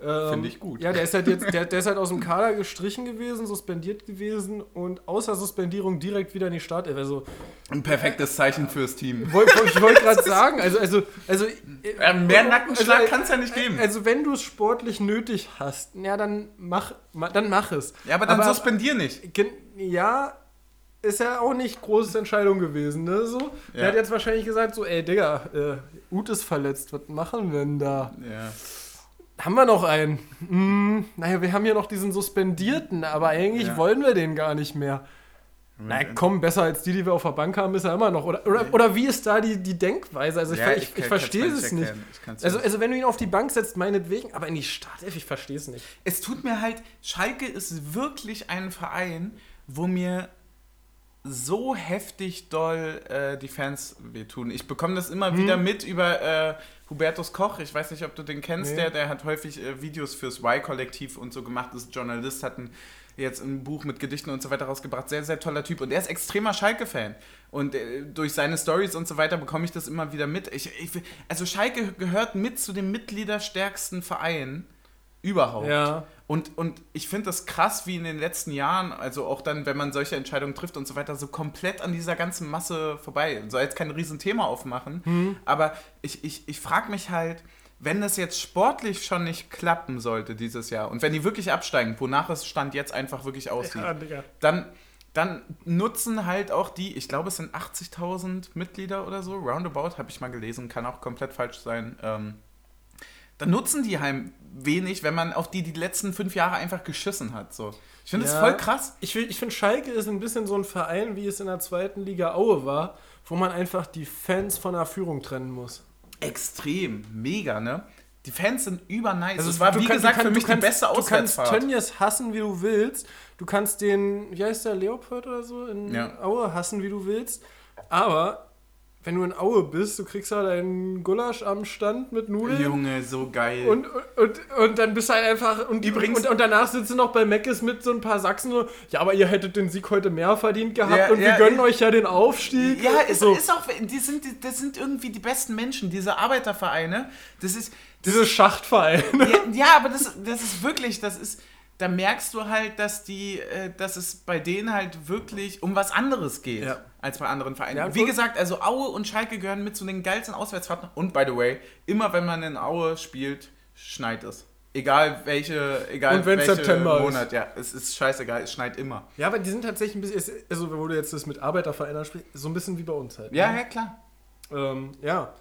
Speaker 2: Ähm,
Speaker 1: Finde ich gut.
Speaker 2: Ja, der ist, halt jetzt, der, der ist halt aus dem Kader gestrichen gewesen, suspendiert gewesen und außer Suspendierung direkt wieder in die Startelf. Also,
Speaker 1: Ein perfektes Zeichen fürs Team.
Speaker 2: wollt, wollt, ich wollte gerade sagen, also, also, also.
Speaker 1: Äh, mehr Nackenschlag
Speaker 2: also, äh,
Speaker 1: kann's ja nicht geben.
Speaker 2: Also, wenn du es sportlich nötig hast, ja, dann mach, ma, dann mach es.
Speaker 1: Ja, aber dann suspendier nicht.
Speaker 2: Gen- Ja, ist ja auch nicht große Entscheidung gewesen, ne? So. Der
Speaker 1: Ja.
Speaker 2: hat jetzt wahrscheinlich gesagt, so, ey, Digga, äh, Ut ist verletzt, was machen wir denn da?
Speaker 1: Ja.
Speaker 2: Haben wir noch einen? Hm, naja, wir haben hier noch diesen Suspendierten, aber eigentlich
Speaker 1: Ja. Hm.
Speaker 2: wollen wir den gar nicht mehr. Na komm, besser als die, die wir auf der Bank haben, ist er immer noch. Oder, oder, oder wie ist da die, die Denkweise? Also ich,
Speaker 1: Ja,
Speaker 2: ver- ich,
Speaker 1: ich
Speaker 2: ich,
Speaker 1: kann-
Speaker 2: verstehe
Speaker 1: kann's
Speaker 2: es
Speaker 1: nicht
Speaker 2: nicht.
Speaker 1: erklären. Ich kann's
Speaker 2: Also,
Speaker 1: nicht.
Speaker 2: also wenn du ihn auf die Bank setzt, meinetwegen, aber in die Startelf, ich verstehe es nicht.
Speaker 1: Es tut mir halt, Schalke ist wirklich ein Verein, wo mir so heftig doll äh, die Fans wehtun. Ich bekomme das
Speaker 2: Hm.
Speaker 1: immer wieder mit über äh, Hubertus Koch. Ich weiß nicht, ob du den kennst.
Speaker 2: Nee.
Speaker 1: Der, der hat häufig äh, Videos fürs Y-Kollektiv und so gemacht. Ist Journalist, hat ein, jetzt ein Buch mit Gedichten und so weiter rausgebracht. Sehr, sehr toller Typ. Und er ist extremer Schalke-Fan. Und äh, durch seine Stories und so weiter bekomme ich das immer wieder mit. Ich, ich, also Schalke gehört mit zu den mitgliederstärksten Vereinen überhaupt.
Speaker 2: Ja.
Speaker 1: Und, und ich finde das krass, wie in den letzten Jahren, also auch dann, wenn man solche Entscheidungen trifft und so weiter, so komplett an dieser ganzen Masse vorbei. Soll jetzt kein Riesenthema aufmachen, aber ich, ich, ich frage mich halt, wenn das jetzt sportlich schon nicht klappen sollte dieses Jahr und wenn die wirklich absteigen, wonach es Stand jetzt einfach wirklich aussieht,
Speaker 2: Digga.
Speaker 1: dann, dann nutzen halt auch die, ich glaube, es sind 80.000 Mitglieder oder so, roundabout, habe ich mal gelesen, kann auch komplett falsch sein. Ähm, dann nutzen die heim wenig, wenn man auf die die letzten fünf Jahre einfach geschissen hat. So. Ich finde das
Speaker 2: Ja.
Speaker 1: voll krass.
Speaker 2: Ich, will- ich finde, Schalke ist ein bisschen so ein Verein, wie es in der zweiten Liga Aue war, wo man einfach die Fans von der Führung trennen muss.
Speaker 1: Extrem, mega, ne? Die Fans sind übernice. Also es
Speaker 2: du
Speaker 1: war, wie
Speaker 2: kann- du
Speaker 1: gesagt,
Speaker 2: kann-
Speaker 1: für
Speaker 2: du
Speaker 1: mich
Speaker 2: kannst-
Speaker 1: die beste Auswärtsfahrt.
Speaker 2: Du kannst Tönnies hassen, wie du willst. Du kannst den, wie heißt der, Leopold oder so, in
Speaker 1: Ja.
Speaker 2: Aue hassen, wie du willst. Aber wenn du in Aue bist, du kriegst halt einen Gulasch am Stand mit Nudeln.
Speaker 1: Junge, so geil.
Speaker 2: Und, und, und dann bist du halt einfach. Und,
Speaker 1: Übrigens-
Speaker 2: und, und danach sitzen noch bei Meckes mit so ein paar Sachsen so: Ja, aber ihr hättet den Sieg heute mehr verdient gehabt
Speaker 1: Ja,
Speaker 2: und
Speaker 1: ja,
Speaker 2: wir gönnen
Speaker 1: ja.
Speaker 2: euch ja den Aufstieg.
Speaker 1: Ja, es
Speaker 2: so.
Speaker 1: ist auch, die sind, die, das sind irgendwie die besten Menschen, diese Arbeitervereine. Das ist,
Speaker 2: Diese Schachtverein.
Speaker 1: ja, ja, aber das, das ist wirklich, das ist, da merkst du halt, dass die, äh, dass es bei denen halt wirklich um was anderes geht
Speaker 2: Ja.
Speaker 1: als bei anderen Vereinen.
Speaker 2: Ja,
Speaker 1: Wie
Speaker 2: gut.
Speaker 1: gesagt, also Aue und Schalke gehören mit zu den geilsten Auswärtsfahrten. Und by the way, immer wenn man in Aue spielt, schneit es. Egal welche, egal
Speaker 2: Und wenn's
Speaker 1: welche
Speaker 2: September ist.
Speaker 1: Monat, ja, es ist scheißegal, es schneit immer.
Speaker 2: Ja, aber die sind tatsächlich ein bisschen. es- Also, wo du jetzt das mit Arbeiterverein ansprichst, so ein bisschen wie bei uns halt.
Speaker 1: Ja, ja, klar.
Speaker 2: Ähm, ja.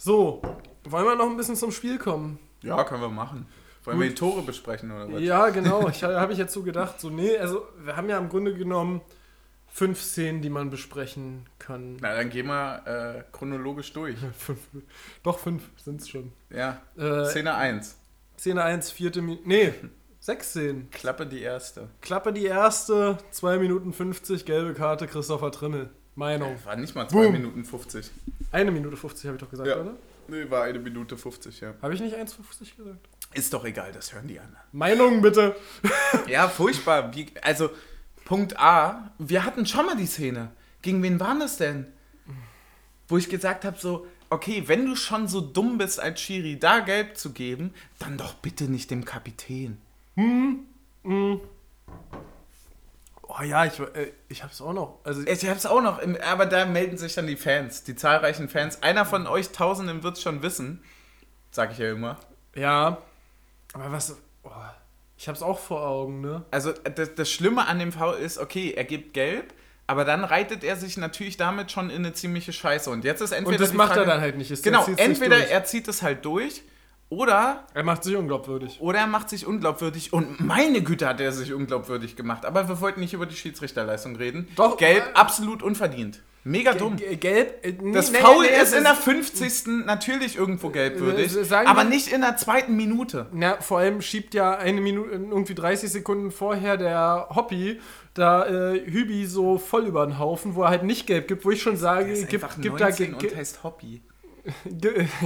Speaker 2: So, wollen wir noch ein bisschen zum Spiel kommen?
Speaker 1: Ja, können wir machen. Wollen wir die Tore besprechen oder was?
Speaker 2: Ja, genau. Ich habe ich jetzt so gedacht. So, nee, also, wir haben ja im Grunde genommen fünf Szenen, die man besprechen kann.
Speaker 1: Na, dann gehen wir äh, chronologisch durch.
Speaker 2: Fünf. Doch, fünf sind es schon.
Speaker 1: Ja,
Speaker 2: Äh,
Speaker 1: Szene 1.
Speaker 2: Szene 1, vierte Minute. Nee, sechs Szenen.
Speaker 1: Klappe die erste.
Speaker 2: Klappe die erste, 2 Minuten 50, gelbe Karte, Christopher Trimmel. Meinung.
Speaker 1: Oh, War nicht mal 2
Speaker 2: Boom.
Speaker 1: Minuten 50.
Speaker 2: Eine Minute 50 habe ich doch gesagt,
Speaker 1: Ja.
Speaker 2: oder?
Speaker 1: Nee, war eine Minute 50, ja.
Speaker 2: Habe ich nicht 1,50 gesagt?
Speaker 1: Ist doch egal, das hören die anderen.
Speaker 2: Meinung bitte.
Speaker 1: Ja, furchtbar. Wie, also, Punkt A, wir hatten schon mal die Szene. Gegen wen waren das denn? Wo ich gesagt habe, so, okay, wenn du schon so dumm bist, als Schiri da gelb zu geben, dann doch bitte nicht dem Kapitän.
Speaker 2: Oh ja, ich, äh, ich habe es auch noch. Also,
Speaker 1: Ich hab's auch noch, im, aber da melden sich dann die Fans, die zahlreichen Fans. Einer von euch Tausenden wird's schon wissen, sag ich ja immer.
Speaker 2: ja. Aber was. Oh, ich habe es auch vor Augen, ne?
Speaker 1: Also das, das Schlimme an dem Foul ist, okay, er gibt gelb, aber dann reitet er sich natürlich damit schon in eine ziemliche Scheiße. Und jetzt ist entweder
Speaker 2: Und das
Speaker 1: die
Speaker 2: macht
Speaker 1: Frage,
Speaker 2: er dann halt nicht. Ist-
Speaker 1: Genau,
Speaker 2: er zieht's nicht
Speaker 1: entweder
Speaker 2: durch.
Speaker 1: er zieht es halt durch oder,
Speaker 2: er macht sich unglaubwürdig.
Speaker 1: oder er macht sich unglaubwürdig. Und meine Güte hat er sich unglaubwürdig gemacht. Aber wir wollten nicht über die Schiedsrichterleistung reden.
Speaker 2: Doch,
Speaker 1: Gelb,
Speaker 2: äh,
Speaker 1: absolut unverdient. Mega dumm.
Speaker 2: G- Gelb. äh, nee,
Speaker 1: Das
Speaker 2: nee,
Speaker 1: Foul
Speaker 2: nee,
Speaker 1: ist
Speaker 2: es
Speaker 1: in der 50. natürlich irgendwo gelbwürdig,
Speaker 2: äh, sagen wir-
Speaker 1: aber nicht in der zweiten Minute.
Speaker 2: Na, vor allem schiebt ja eine Minute, irgendwie 30 Sekunden vorher der Hoppi da äh, Hübi so voll über den Haufen, wo er halt nicht gelb gibt, wo ich schon
Speaker 1: Er
Speaker 2: sage,
Speaker 1: ist
Speaker 2: gibt,
Speaker 1: einfach
Speaker 2: gibt da.
Speaker 1: 19
Speaker 2: Ge,
Speaker 1: und halt
Speaker 2: ge,
Speaker 1: heißt Hobby.
Speaker 2: ge,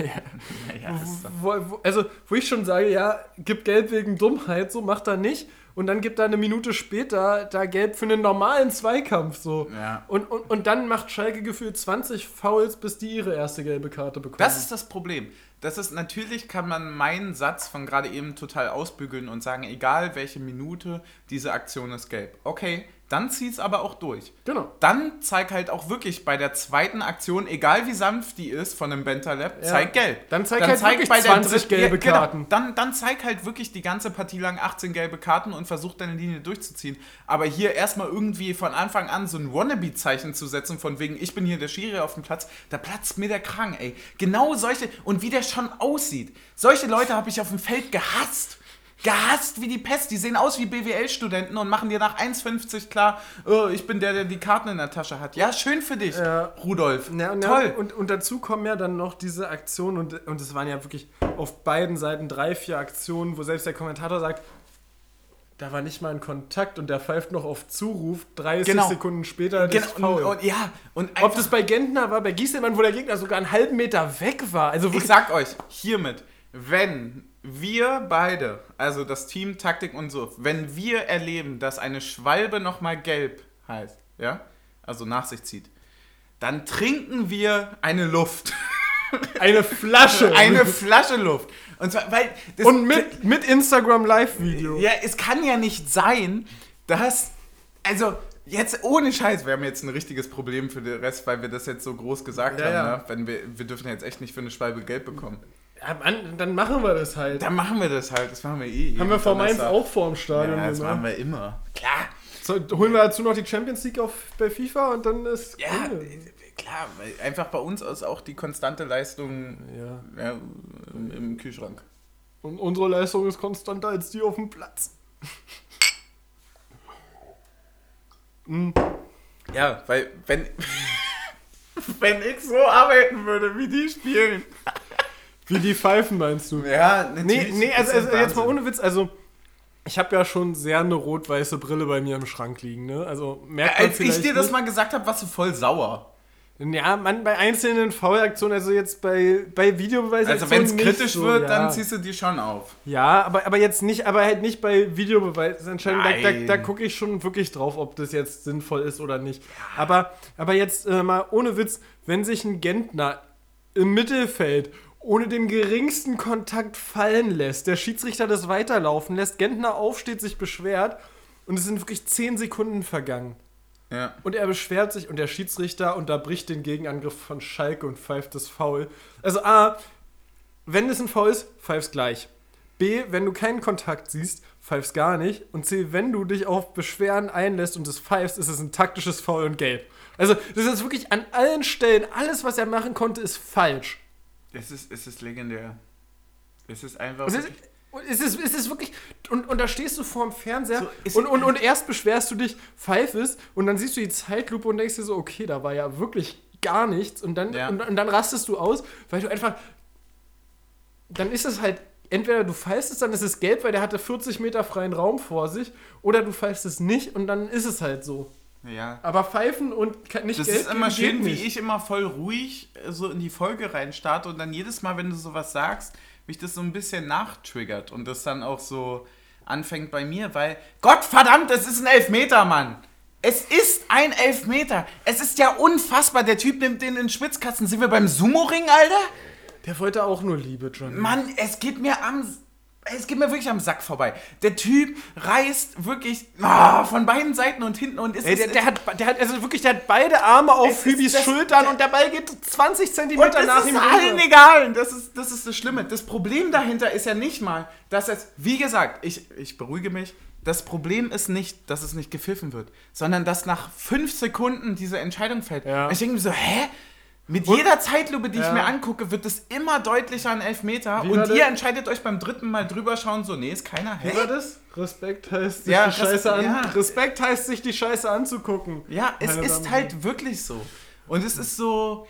Speaker 1: Naja, ist doch-
Speaker 2: wo, wo, also, wo ich schon sage, ja, gibt gelb wegen Dummheit, so macht er nicht. Und dann gibt er eine Minute später da gelb für einen normalen Zweikampf, so.
Speaker 1: Ja.
Speaker 2: Und, und, und dann macht Schalke gefühlt 20 Fouls, bis die ihre erste gelbe Karte bekommen.
Speaker 1: Das ist das Problem. Das ist natürlich kann man meinen Satz von gerade eben total ausbügeln und sagen, egal welche Minute, diese Aktion ist gelb. Okay, dann zieh's aber auch durch.
Speaker 2: Genau.
Speaker 1: Dann zeig halt auch wirklich bei der zweiten Aktion, egal wie sanft die ist von dem Bentaleb,
Speaker 2: Ja.
Speaker 1: zeig gelb.
Speaker 2: Dann zeig halt wirklich 20
Speaker 1: dritten-
Speaker 2: gelbe
Speaker 1: Ja, genau.
Speaker 2: Karten.
Speaker 1: Dann, dann zeig halt wirklich die ganze Partie lang 18 gelbe Karten und versuch deine Linie durchzuziehen. Aber hier erstmal irgendwie von Anfang an so ein Wannabe-Zeichen zu setzen, von wegen, ich bin hier der Schiri auf dem Platz, da platzt mir der Kragen, ey. Genau solche, und wie der schon aussieht. Solche Leute habe ich auf dem Feld gehasst. Gehasst wie die Pest. Die sehen aus wie BWL-Studenten und machen dir nach 1,50 klar, oh, ich bin der, der die Karten in der Tasche hat. Ja, schön für dich,
Speaker 2: Ja.
Speaker 1: Rudolf.
Speaker 2: Ja, und,
Speaker 1: Toll.
Speaker 2: Und, und dazu kommen ja dann noch diese Aktionen und, und es waren ja wirklich auf beiden Seiten drei, vier Aktionen, wo selbst der Kommentator sagt, da war nicht mal ein Kontakt und der pfeift noch auf Zuruf, 30
Speaker 1: Genau.
Speaker 2: Sekunden später das
Speaker 1: genau, und,
Speaker 2: Foul.
Speaker 1: und, ja, und
Speaker 2: Ob das bei Gentner war, bei Gieselmann, wo der Gegner sogar einen halben Meter weg war. Also
Speaker 1: ich
Speaker 2: wirklich,
Speaker 1: sag euch hiermit, wenn wir beide, also das Team Taktik und so, wenn wir erleben, dass eine Schwalbe nochmal gelb heißt, ja, also nach sich zieht, dann trinken wir eine Luft,
Speaker 2: eine Flasche.
Speaker 1: eine Flasche Luft. Und zwar, weil das,
Speaker 2: und mit, mit Instagram Live-Video.
Speaker 1: ja, es kann ja nicht sein, dass, also jetzt ohne Scheiß, wir haben jetzt ein richtiges Problem für den Rest, weil wir das jetzt so groß gesagt
Speaker 2: Ja,
Speaker 1: haben,
Speaker 2: ja.
Speaker 1: Ne? wenn wir, wir dürfen jetzt echt nicht für eine Schwalbe gelb bekommen.
Speaker 2: Ja, Mann, dann machen wir das halt.
Speaker 1: Dann machen wir das halt, das machen wir eh.
Speaker 2: haben wir vor Mainz auch vorm Stadion
Speaker 1: Ja, das machen
Speaker 2: gemacht.
Speaker 1: wir immer. Klar.
Speaker 2: So, holen wir dazu noch die Champions League auf, bei FIFA und dann ist.
Speaker 1: Ja,
Speaker 2: Oh.
Speaker 1: klar, weil einfach bei uns ist auch die konstante Leistung
Speaker 2: ja.
Speaker 1: ja, im im Kühlschrank.
Speaker 2: Und unsere Leistung ist konstanter als die auf dem Platz.
Speaker 1: Ja, weil wenn, wenn ich so arbeiten würde, wie die spielen.
Speaker 2: Wie die Pfeifen meinst du?
Speaker 1: Ja,
Speaker 2: Nee, nee, also, also jetzt mal ohne Witz, also ich habe ja schon sehr eine rot-weiße Brille bei mir im Schrank liegen, ne? Also merkt man
Speaker 1: Als ich
Speaker 2: vielleicht
Speaker 1: dir das
Speaker 2: nicht.
Speaker 1: mal gesagt habe, warst du voll sauer.
Speaker 2: Ja, man, bei einzelnen Foul-Aktionen, also jetzt bei, bei Videobeweisaktionen.
Speaker 1: Also wenn es
Speaker 2: nicht
Speaker 1: kritisch
Speaker 2: Halt so,
Speaker 1: wird,
Speaker 2: ja.
Speaker 1: dann ziehst du die schon auf.
Speaker 2: Ja, aber, aber jetzt nicht, aber halt nicht bei Videobeweisentscheidungen. Da, da,
Speaker 1: Nein.
Speaker 2: da gucke ich schon wirklich drauf, ob das jetzt sinnvoll ist oder nicht. Aber, aber jetzt äh, mal ohne Witz, wenn sich ein Gentner im Mittelfeld ohne den geringsten Kontakt fallen lässt, der Schiedsrichter das weiterlaufen lässt, Gentner aufsteht, sich beschwert und es sind wirklich 10 Sekunden vergangen.
Speaker 1: Ja.
Speaker 2: Und er beschwert sich und der Schiedsrichter unterbricht den Gegenangriff von Schalke und pfeift das Foul. Also A, wenn es ein Foul ist, pfeif's gleich. B, wenn du keinen Kontakt siehst, pfeif's gar nicht. Und C, wenn du dich auf Beschwerden einlässt und es pfeifst, ist es ein taktisches Foul und gelb. Also das ist wirklich an allen Stellen, alles, was er machen konnte, ist falsch.
Speaker 1: Es ist, es ist legendär. Es ist einfach.
Speaker 2: Und Es ist, und es ist, es ist wirklich. Und, und da stehst du vorm Fernseher
Speaker 1: So, es-
Speaker 2: und, und, und erst beschwerst du dich, pfeifest und dann siehst du die Zeitlupe und denkst dir so, okay, da war ja wirklich gar nichts. Und dann,
Speaker 1: Ja.
Speaker 2: und, und dann rastest du aus, weil du einfach. Dann ist es halt. Entweder du pfeifst es, dann ist es gelb, weil der hatte 40 Meter freien Raum vor sich, oder du pfeifst es nicht und dann ist es halt so.
Speaker 1: ja.
Speaker 2: Aber pfeifen und ke- nicht
Speaker 1: Das
Speaker 2: gelb
Speaker 1: ist immer
Speaker 2: geben geht
Speaker 1: schön,
Speaker 2: nicht.
Speaker 1: wie ich immer voll ruhig äh, so in die Folge reinstarte und dann jedes Mal, wenn du sowas sagst, mich das so ein bisschen nachtriggert und das dann auch so anfängt bei mir, weil Gott verdammt, es ist ein Elfmeter, Mann. Es ist ein Elfmeter. Es ist ja unfassbar. Der Typ nimmt den in den Schwitzkasten. Sind wir beim Sumo-Ring, Alter?
Speaker 2: Der wollte auch nur Liebe, John.
Speaker 1: Mann, es geht mir am. Es geht mir wirklich am Sack vorbei. Der Typ reißt wirklich ah, von beiden Seiten und hinten und ist.
Speaker 2: Ey, der, der, hat, der hat also wirklich, der hat beide Arme auf
Speaker 1: Es
Speaker 2: Phoebes
Speaker 1: ist das-
Speaker 2: Schultern und der Ball geht 20
Speaker 1: Und
Speaker 2: Zentimeter
Speaker 1: das
Speaker 2: nach
Speaker 1: ist
Speaker 2: ihm
Speaker 1: allen
Speaker 2: rüber.
Speaker 1: egal. Und Das ist, das ist das Schlimme. Das Problem dahinter ist ja nicht mal, dass es, wie gesagt, ich, ich beruhige mich, das Problem ist nicht, dass es nicht gepfiffen wird, sondern dass nach fünf Sekunden diese Entscheidung fällt.
Speaker 2: Ja.
Speaker 1: Ich denke mir so, hä? Mit jeder Zeitlupe, die
Speaker 2: Ja.
Speaker 1: ich mir angucke, wird es immer deutlicher an Elfmeter.
Speaker 2: Wie war
Speaker 1: und
Speaker 2: das?
Speaker 1: ihr entscheidet euch beim dritten Mal drüber schauen, so, nee, ist keiner. Hä?
Speaker 2: Wie war das? Respekt heißt, sich
Speaker 1: Ja,
Speaker 2: die Scheiße
Speaker 1: Res-
Speaker 2: an,
Speaker 1: ja.
Speaker 2: Respekt heißt, sich die Scheiße anzugucken.
Speaker 1: Ja, es
Speaker 2: Meine Damen
Speaker 1: ist
Speaker 2: und
Speaker 1: halt wirklich so. Und es ist so.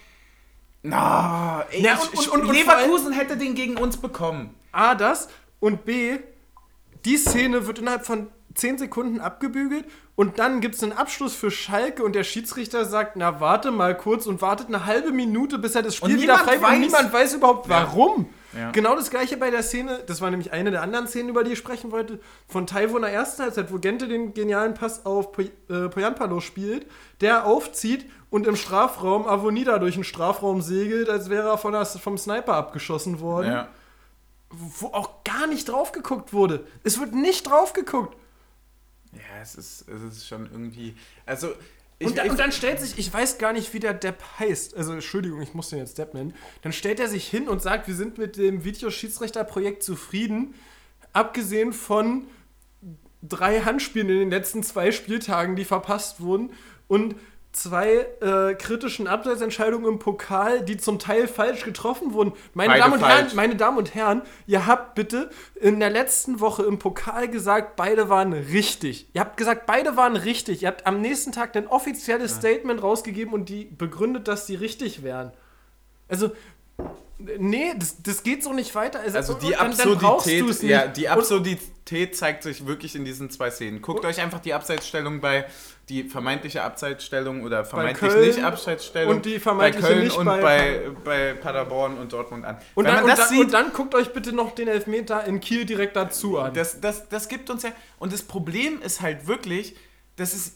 Speaker 1: Na, ey,
Speaker 2: Ja,
Speaker 1: ich-
Speaker 2: und-
Speaker 1: ich-
Speaker 2: und- und- und
Speaker 1: Leverkusen hätte den gegen uns bekommen.
Speaker 2: A, das und B, die Szene wird innerhalb von 10 Sekunden abgebügelt und dann gibt es einen Abschluss für Schalke und der Schiedsrichter sagt, na warte mal kurz und wartet eine halbe Minute, bis er das Spiel
Speaker 1: Und
Speaker 2: wieder
Speaker 1: niemand
Speaker 2: pfeift und
Speaker 1: weiß.
Speaker 2: niemand weiß überhaupt warum.
Speaker 1: Ja.
Speaker 2: Genau das gleiche bei der Szene, das war nämlich eine der anderen Szenen, über die ich sprechen wollte, von Taiwo in der ersten Halbzeit, wo Gente den genialen Pass auf Poy- äh, Poyanpalo spielt, der aufzieht und im Strafraum Avonida durch den Strafraum segelt, als wäre er von der, vom Sniper abgeschossen worden wo auch gar nicht drauf geguckt wurde. Es wird nicht drauf geguckt.
Speaker 1: Ja, es ist, es ist schon irgendwie. Also. ich-
Speaker 2: Und, da,
Speaker 1: ich-
Speaker 2: und dann stellt sich, ich weiß gar nicht, wie der Depp heißt. Also, Entschuldigung, ich muss den jetzt Depp nennen. Dann stellt er sich hin und sagt, wir sind mit dem Videoschiedsrichterprojekt zufrieden. Abgesehen von drei Handspielen in den letzten zwei Spieltagen, die verpasst wurden. Und zwei äh, kritischen Abseitsentscheidungen im Pokal, die zum Teil falsch getroffen wurden. Meine
Speaker 1: Beide
Speaker 2: Damen, und
Speaker 1: falsch.
Speaker 2: Herren, meine Damen und Herren, ihr habt bitte in der letzten Woche im Pokal gesagt, beide waren richtig. Ihr habt gesagt, beide waren richtig. Ihr habt am nächsten Tag ein offizielles Statement rausgegeben und die begründet, dass die richtig wären. Also, nee, das, das geht so nicht weiter.
Speaker 1: Also die
Speaker 2: dann- dann brauchst
Speaker 1: Absurdität,
Speaker 2: du's nicht.
Speaker 1: ja, die
Speaker 2: Und-
Speaker 1: Absurdität zeigt sich wirklich in diesen zwei Szenen. Guckt euch einfach die Abseitsstellung bei die vermeintliche Abseitsstellung oder vermeintlich
Speaker 2: Köln
Speaker 1: nicht Abseitsstellung
Speaker 2: und die vermeintliche
Speaker 1: bei Köln
Speaker 2: nicht
Speaker 1: und
Speaker 2: bei-
Speaker 1: bei, bei, Paderborn und Dortmund an.
Speaker 2: Und
Speaker 1: Wenn
Speaker 2: dann,
Speaker 1: man
Speaker 2: und,
Speaker 1: das
Speaker 2: dann,
Speaker 1: sieht,
Speaker 2: und dann guckt euch bitte noch den Elfmeter in Kiel direkt dazu an.
Speaker 1: das, das, das gibt uns ja und das Problem ist halt wirklich, dass es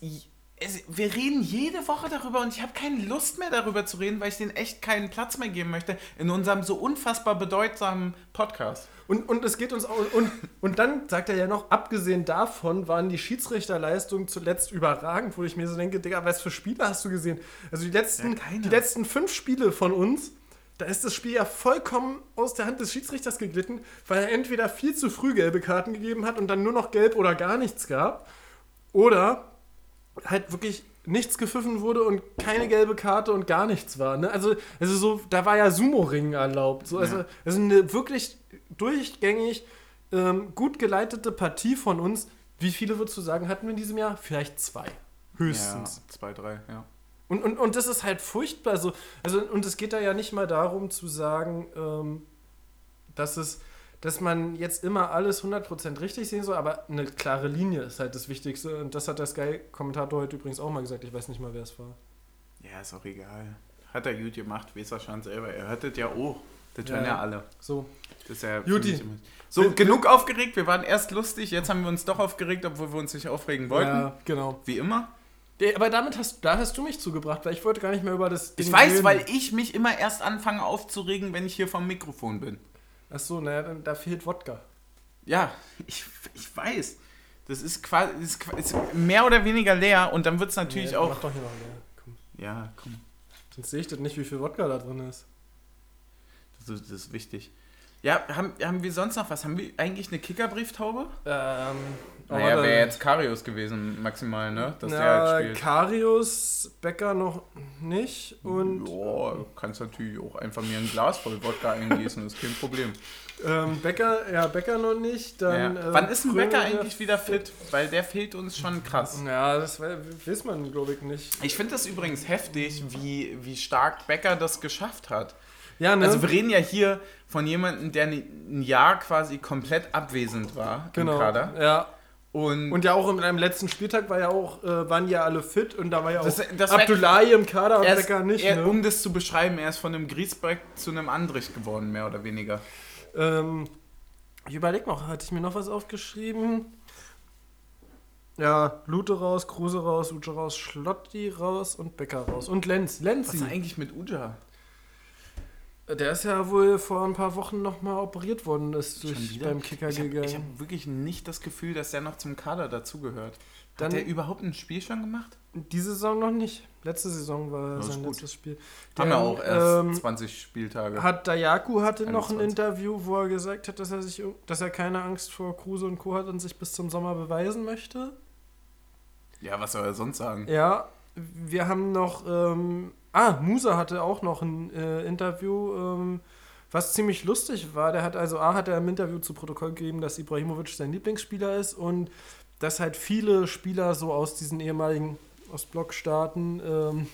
Speaker 1: es, wir reden jede Woche darüber und ich habe keine Lust mehr darüber zu reden, weil ich denen echt keinen Platz mehr geben möchte in unserem so unfassbar bedeutsamen Podcast.
Speaker 2: Und, und es geht uns auch. Und, und dann sagt er ja noch, abgesehen davon waren die Schiedsrichterleistungen zuletzt überragend, wo ich mir so denke, Digga, was für Spiele hast du gesehen? Also die letzten,
Speaker 1: Ja, keine.
Speaker 2: die letzten fünf Spiele von uns, da ist das Spiel ja vollkommen aus der Hand des Schiedsrichters geglitten, weil er entweder viel zu früh gelbe Karten gegeben hat und dann nur noch gelb oder gar nichts gab. Oder halt wirklich nichts gepfiffen wurde und keine gelbe Karte und gar nichts war. Ne? Also, also so, da war ja Sumo-Ringen erlaubt. So, also,
Speaker 1: Ja.
Speaker 2: also eine wirklich durchgängig ähm, gut geleitete Partie von uns. Wie viele würdest du sagen, hatten wir in diesem Jahr? Vielleicht zwei. Höchstens.
Speaker 1: Ja, zwei, drei, ja.
Speaker 2: Und, und, und das ist halt furchtbar. So. Also, und es geht da ja nicht mal darum zu sagen, ähm, dass es dass man jetzt immer alles 100% richtig sehen soll, aber eine klare Linie ist halt das Wichtigste. Und das hat der Sky-Kommentator heute übrigens auch mal gesagt. Ich weiß nicht mal, wer es war.
Speaker 1: Ja, ist auch egal. Hat er gut gemacht, weiß er schon selber. Er hört das ja auch. Das
Speaker 2: Ja.
Speaker 1: hören ja alle.
Speaker 2: So.
Speaker 1: Das ist ja
Speaker 2: Juti.
Speaker 1: für mich immer- So,
Speaker 2: Will-
Speaker 1: genug aufgeregt. Wir waren erst lustig, jetzt haben wir uns doch aufgeregt, obwohl wir uns nicht aufregen wollten.
Speaker 2: Ja, genau.
Speaker 1: Wie immer.
Speaker 2: Ey, Aber damit hast, da hast du mich zugebracht, weil ich wollte gar nicht mehr über das
Speaker 1: Ich
Speaker 2: Ding
Speaker 1: weiß,
Speaker 2: reden.
Speaker 1: weil ich mich immer erst anfange aufzuregen, wenn ich hier vom Mikrofon bin.
Speaker 2: Ach so, naja, dann- da fehlt Wodka.
Speaker 1: Ja, ich, ich weiß. Das ist quasi ist, qua- ist mehr oder weniger leer und dann wird es natürlich
Speaker 2: Nee, Mach
Speaker 1: auch.
Speaker 2: doch hier noch mehr. Komm.
Speaker 1: Ja, komm.
Speaker 2: Sonst sehe ich das nicht, wie viel Wodka da drin ist.
Speaker 1: Das ist, das ist wichtig. Ja, haben, haben wir sonst noch was? Haben wir eigentlich eine Kickerbrieftaube?
Speaker 2: Ähm,
Speaker 1: Naja, wäre jetzt Karius gewesen, maximal, ne? Dass
Speaker 2: na,
Speaker 1: der halt spielt.
Speaker 2: Karius, Becker noch nicht und
Speaker 1: ja, du kannst natürlich auch einfach mir ein Glas voll Wodka eingießen, ist kein Problem.
Speaker 2: ähm, Becker, ja, Becker noch nicht. Dann,
Speaker 1: ja.
Speaker 2: ähm,
Speaker 1: Wann ist ein
Speaker 2: Krömer
Speaker 1: Becker
Speaker 2: wieder-
Speaker 1: eigentlich wieder fit? Weil der fehlt uns schon krass.
Speaker 2: Ja, das we- weiß man, glaube ich, nicht.
Speaker 1: Ich finde das übrigens heftig, wie, wie stark Becker das geschafft hat.
Speaker 2: Ja, ne?
Speaker 1: Also wir reden ja hier von jemandem, der ein Jahr quasi komplett abwesend war
Speaker 2: genau.
Speaker 1: im Kader.
Speaker 2: Ja,
Speaker 1: Und,
Speaker 2: Und ja auch in einem letzten Spieltag war ja auch, äh, waren ja alle fit und da war ja auch
Speaker 1: Das- das wär-
Speaker 2: Abdullahi im Kader und
Speaker 1: er ist,
Speaker 2: Becker nicht.
Speaker 1: er,
Speaker 2: ne?
Speaker 1: um das zu beschreiben, er ist von einem Griesbeck zu einem Andrich geworden, mehr oder weniger.
Speaker 2: ähm, ich überlege noch, hatte ich mir noch was aufgeschrieben? Ja, Lute raus, Kruse raus, Uche raus, Schlotti raus und Becker raus. Und Lenz,
Speaker 1: Was ist
Speaker 2: Lenzi.
Speaker 1: eigentlich mit Uja?
Speaker 2: Der ist ja wohl vor ein paar Wochen nochmal operiert worden, ist
Speaker 1: Schon
Speaker 2: durch
Speaker 1: wieder?
Speaker 2: beim Kicker
Speaker 1: Ich habe
Speaker 2: gegangen.
Speaker 1: hab wirklich nicht das Gefühl, dass der noch zum Kader dazugehört. Hat
Speaker 2: Dann-
Speaker 1: der überhaupt ein Spiel schon gemacht?
Speaker 2: Diese Saison noch nicht. Letzte Saison war
Speaker 1: Das ist
Speaker 2: sein
Speaker 1: gut.
Speaker 2: letztes Spiel.
Speaker 1: Haben wir
Speaker 2: Dann,
Speaker 1: auch erst
Speaker 2: ähm,
Speaker 1: 20 Spieltage.
Speaker 2: Hat Dayaku hatte noch ein
Speaker 1: 21.
Speaker 2: Interview, wo er gesagt hat, dass er sich, dass er keine Angst vor Kruse und Co. hat und sich bis zum Sommer beweisen möchte.
Speaker 1: ja, was soll er sonst sagen?
Speaker 2: Ja, wir haben noch, ähm, ah, Musa hatte auch noch ein äh, Interview, ähm, was ziemlich lustig war. Der hat also, A, hat er im Interview zu Protokoll gegeben, dass Ibrahimovic sein Lieblingsspieler ist und dass halt viele Spieler so aus diesen ehemaligen Ostblockstaaten ähm,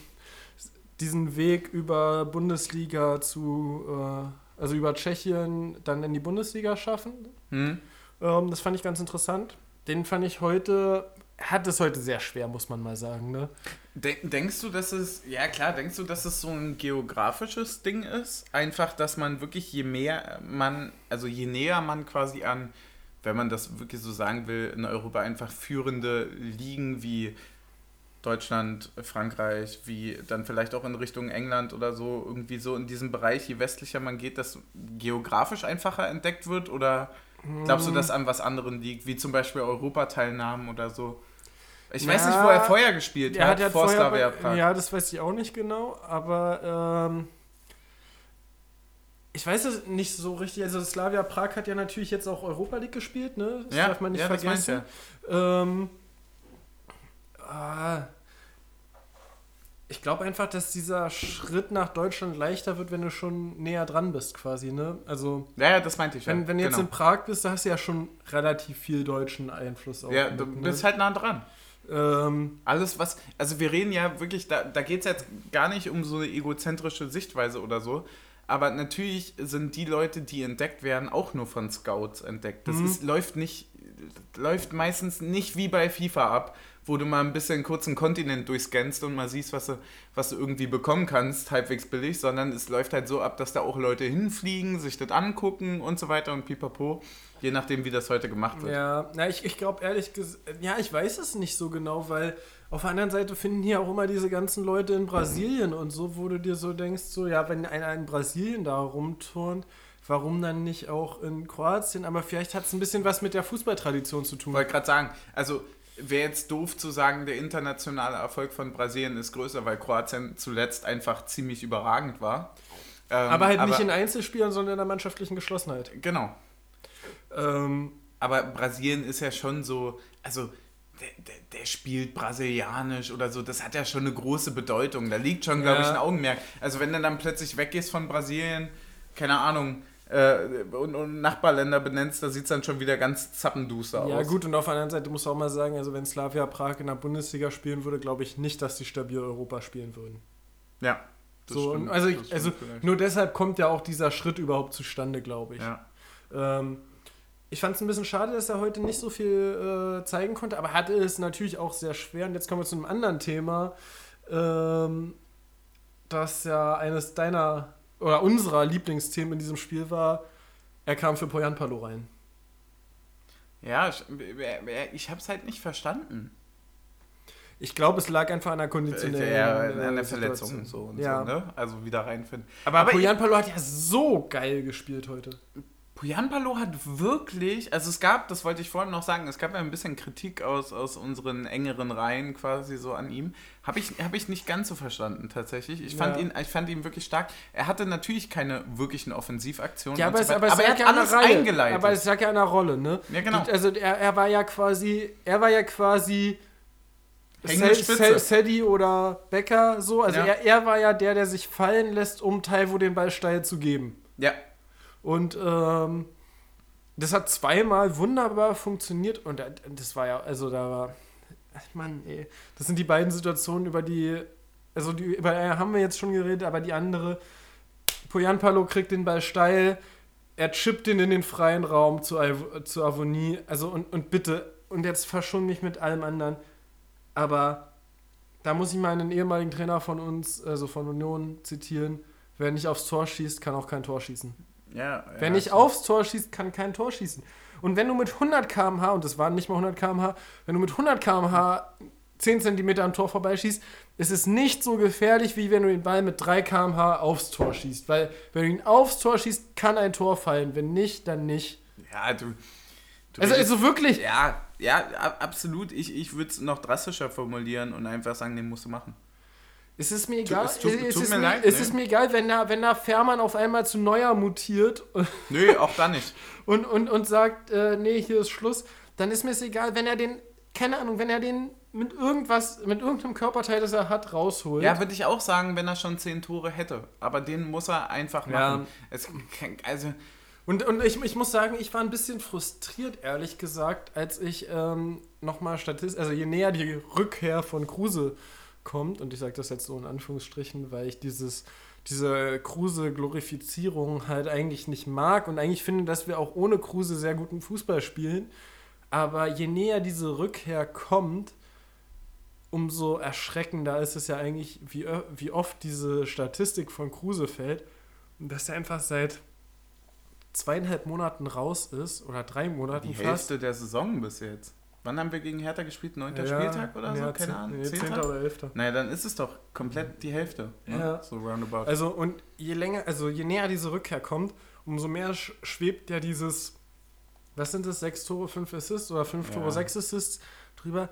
Speaker 2: diesen Weg über Bundesliga zu, äh, also über Tschechien dann in die Bundesliga schaffen.
Speaker 1: Hm?
Speaker 2: Ähm, das fand ich ganz interessant. Den fand ich heute, hat es heute sehr schwer, muss man mal sagen. Ne?
Speaker 1: Den- denkst du, dass es, ja klar, denkst du, dass es so ein geografisches Ding ist? Einfach, dass man wirklich, je mehr man, also je näher man quasi an, wenn man das wirklich so sagen will, in Europa einfach führende Ligen wie Deutschland, Frankreich, wie dann vielleicht auch in Richtung England oder so, irgendwie so in diesem Bereich, je westlicher man geht, das geografisch einfacher entdeckt wird? Oder glaubst du, dass an was anderem liegt, wie zum Beispiel Europateilnahmen oder so? Ich
Speaker 2: Ja.
Speaker 1: weiß nicht, wo er vorher gespielt
Speaker 2: Der
Speaker 1: hat.
Speaker 2: hat ja
Speaker 1: Forster
Speaker 2: vorher
Speaker 1: wäre
Speaker 2: bei,
Speaker 1: Prag.
Speaker 2: Ja, das weiß ich auch nicht genau, aber ähm, ich weiß es nicht so richtig. Also Slavia Prag hat ja natürlich jetzt auch Europa League gespielt, ne? Das
Speaker 1: Ja,
Speaker 2: darf man nicht
Speaker 1: ja, das meinte
Speaker 2: vergessen. Ähm, ah, ich glaube einfach, dass dieser Schritt nach Deutschland leichter wird, wenn du schon näher dran bist, quasi, ne? Also,
Speaker 1: Ja, ja, das meinte ich. ja.
Speaker 2: wenn, wenn du jetzt
Speaker 1: Genau.
Speaker 2: in Prag bist, da hast du ja schon relativ viel deutschen Einfluss auch.
Speaker 1: ja,
Speaker 2: mit,
Speaker 1: du
Speaker 2: ne?
Speaker 1: bist halt nah dran.
Speaker 2: ähm,
Speaker 1: Alles, was. Also, wir reden ja wirklich, da, da geht es jetzt gar nicht um so eine egozentrische Sichtweise oder so. Aber natürlich sind die Leute, die entdeckt werden, auch nur von Scouts entdeckt. Das
Speaker 2: Mhm.
Speaker 1: ist, läuft nicht, läuft meistens nicht wie bei FIFA ab, wo du mal ein bisschen kurz einen Kontinent durchscannst und mal siehst, was du, was du irgendwie bekommen kannst, halbwegs billig, sondern es läuft halt so ab, dass da auch Leute hinfliegen, sich das angucken und so weiter und pipapo, je nachdem, wie das heute gemacht wird.
Speaker 2: Ja, na, ich, ich glaube ehrlich gesagt, ja, ich weiß es nicht so genau, weil auf der anderen Seite finden hier auch immer diese ganzen Leute in Brasilien und so, wo du dir so denkst, so, ja, wenn einer in Brasilien da rumturnt, warum dann nicht auch in Kroatien? Aber vielleicht hat es ein bisschen was mit der Fußballtradition zu
Speaker 1: Ich
Speaker 2: tun.
Speaker 1: wollte gerade sagen, also wäre jetzt doof zu sagen, der internationale Erfolg von Brasilien ist größer, weil Kroatien zuletzt einfach ziemlich überragend war. Ähm,
Speaker 2: aber halt nicht in Einzelspielern, sondern in der mannschaftlichen Geschlossenheit.
Speaker 1: Genau.
Speaker 2: Ähm,
Speaker 1: Aber Brasilien ist ja schon so, also der, der, der spielt brasilianisch oder so, das hat ja schon eine große Bedeutung. Da liegt schon, glaube
Speaker 2: Ja.
Speaker 1: ich, ein Augenmerk. Also wenn du dann plötzlich weggehst von Brasilien, keine Ahnung, äh, und, und Nachbarländer benennst, da sieht es dann schon wieder ganz zappenduster
Speaker 2: ja,
Speaker 1: aus.
Speaker 2: gut, und auf der anderen Seite muss auch mal sagen, also wenn Slavia Prag in der Bundesliga spielen würde, glaube ich nicht, dass die stabil Europa spielen würden.
Speaker 1: Ja. das
Speaker 2: So,
Speaker 1: stimmt,
Speaker 2: und also,
Speaker 1: das
Speaker 2: ich,
Speaker 1: stimmt
Speaker 2: also
Speaker 1: vielleicht.
Speaker 2: nur deshalb kommt ja auch dieser Schritt überhaupt zustande, glaube ich.
Speaker 1: ja.
Speaker 2: Ähm, ich fand es ein bisschen schade, dass er heute nicht so viel äh, zeigen konnte, aber hatte es natürlich auch sehr schwer. Und jetzt kommen wir zu einem anderen Thema, ähm, das ja eines deiner oder unserer Lieblingsthemen in diesem Spiel war. Er kam für Poyan Palo rein.
Speaker 1: Ja, ich, ich habe es halt nicht verstanden.
Speaker 2: Ich glaube, es lag einfach an der
Speaker 1: Ja,
Speaker 2: konditionellen äh,
Speaker 1: an der
Speaker 2: Situation.
Speaker 1: Verletzung und so und
Speaker 2: ja.
Speaker 1: so, ne? Also wieder reinfinden.
Speaker 2: Aber,
Speaker 1: Aber
Speaker 2: Poyan Palo hat ja so geil gespielt heute.
Speaker 1: Puyanpalo hat wirklich, also es gab, das wollte ich vorhin noch sagen, es gab ja ein bisschen Kritik aus, aus unseren engeren Reihen quasi so an ihm. Habe ich, hab ich nicht ganz so verstanden tatsächlich. Ich fand,
Speaker 2: Ja.
Speaker 1: ihn, ich fand ihn wirklich stark. Er hatte natürlich keine wirklichen Offensivaktionen.
Speaker 2: Ja,
Speaker 1: und
Speaker 2: aber,
Speaker 1: so
Speaker 2: es,
Speaker 1: weiter,
Speaker 2: aber, es
Speaker 1: er
Speaker 2: lag
Speaker 1: hat
Speaker 2: ja an
Speaker 1: alles
Speaker 2: der Reihe.
Speaker 1: eingeleitet.
Speaker 2: Aber es lag ja an der Rolle, ne?
Speaker 1: Ja, genau.
Speaker 2: Die, also er, er war ja quasi, er war ja quasi
Speaker 1: Hängende
Speaker 2: Sel- Sel-
Speaker 1: Spitze.
Speaker 2: Sadie oder Becker so. Also
Speaker 1: Ja.
Speaker 2: er, er war ja der, der sich fallen lässt, um Taiwo den Ball steil zu geben.
Speaker 1: ja,
Speaker 2: Und ähm, das hat zweimal wunderbar funktioniert und da- das war ja, also da war, Mann, ey, das sind die beiden Situationen, über die, also die, über eine haben wir jetzt schon geredet, aber die andere, Poyanpalo kriegt den Ball steil, er chippt ihn in den freien Raum zu, Iv- zu Avonie, also und, und bitte, und jetzt verschon mich mit allem anderen, aber da muss ich mal einen ehemaligen Trainer von uns, also von Union, zitieren, wer nicht aufs Tor schießt, kann auch kein Tor schießen.
Speaker 1: ja.
Speaker 2: Wer
Speaker 1: ja,
Speaker 2: nicht
Speaker 1: so.
Speaker 2: aufs Tor schießt, kann kein Tor schießen. Und wenn du mit 100 km/h, und das waren nicht mal 100 km/h, wenn du mit 100 km/h 10 cm am Tor vorbeischießt, ist es nicht so gefährlich, wie wenn du den Ball mit 3 km/h aufs Tor schießt. Weil, wenn du ihn aufs Tor schießt, kann ein Tor fallen. Wenn nicht, dann nicht.
Speaker 1: Ja, du. du
Speaker 2: Also,
Speaker 1: redest-
Speaker 2: also wirklich,
Speaker 1: ja, ja, a- absolut. Ich, ich würde es noch drastischer formulieren und einfach sagen, den musst du machen.
Speaker 2: es ist mir egal.
Speaker 1: es tut-
Speaker 2: es
Speaker 1: tut
Speaker 2: ist
Speaker 1: mir leid,
Speaker 2: es
Speaker 1: ne?
Speaker 2: ist mir egal, wenn da, wenn da Fährmann auf einmal zu Neuer mutiert
Speaker 1: Nö, auch da nicht.
Speaker 2: und, und, und sagt, äh, nee, hier ist Schluss, dann ist mir es egal, wenn er den, keine Ahnung, wenn er den mit irgendwas, mit irgendeinem Körperteil, das er hat, rausholt.
Speaker 1: Ja, würde ich auch sagen, wenn er schon zehn Tore hätte. Aber den muss er einfach
Speaker 2: Ja.
Speaker 1: machen. Es kann, also,
Speaker 2: Und, und ich, ich muss sagen, ich war ein bisschen frustriert, ehrlich gesagt, als ich ähm, nochmal Statist, also je näher die Rückkehr von Kruse kommt, und ich sage das jetzt so in Anführungsstrichen, weil ich dieses, diese Kruse-Glorifizierung halt eigentlich nicht mag und eigentlich finde, dass wir auch ohne Kruse sehr guten Fußball spielen. Aber je näher diese Rückkehr kommt, umso erschreckender ist es ja eigentlich, wie, ö- wie oft diese Statistik von Kruse fällt. Und dass er einfach seit zweieinhalb Monaten raus ist, oder drei Monaten
Speaker 1: die
Speaker 2: fast.
Speaker 1: Hälfte der Saison bis jetzt. Wann haben wir gegen Hertha gespielt? Neunter
Speaker 2: Ja,
Speaker 1: Spieltag oder so?
Speaker 2: ja,
Speaker 1: Keine
Speaker 2: zehn-
Speaker 1: Ahnung.
Speaker 2: nee,
Speaker 1: Zehnter?
Speaker 2: Zehnter oder elfter.
Speaker 1: Naja, dann ist es doch komplett die Hälfte. Ne?
Speaker 2: Ja.
Speaker 1: So roundabout.
Speaker 2: Also und je länger, also je näher diese Rückkehr kommt, umso mehr sch- schwebt ja dieses, was sind das, sechs Tore, fünf Assists oder fünf
Speaker 1: Ja.
Speaker 2: Tore, sechs Assists drüber.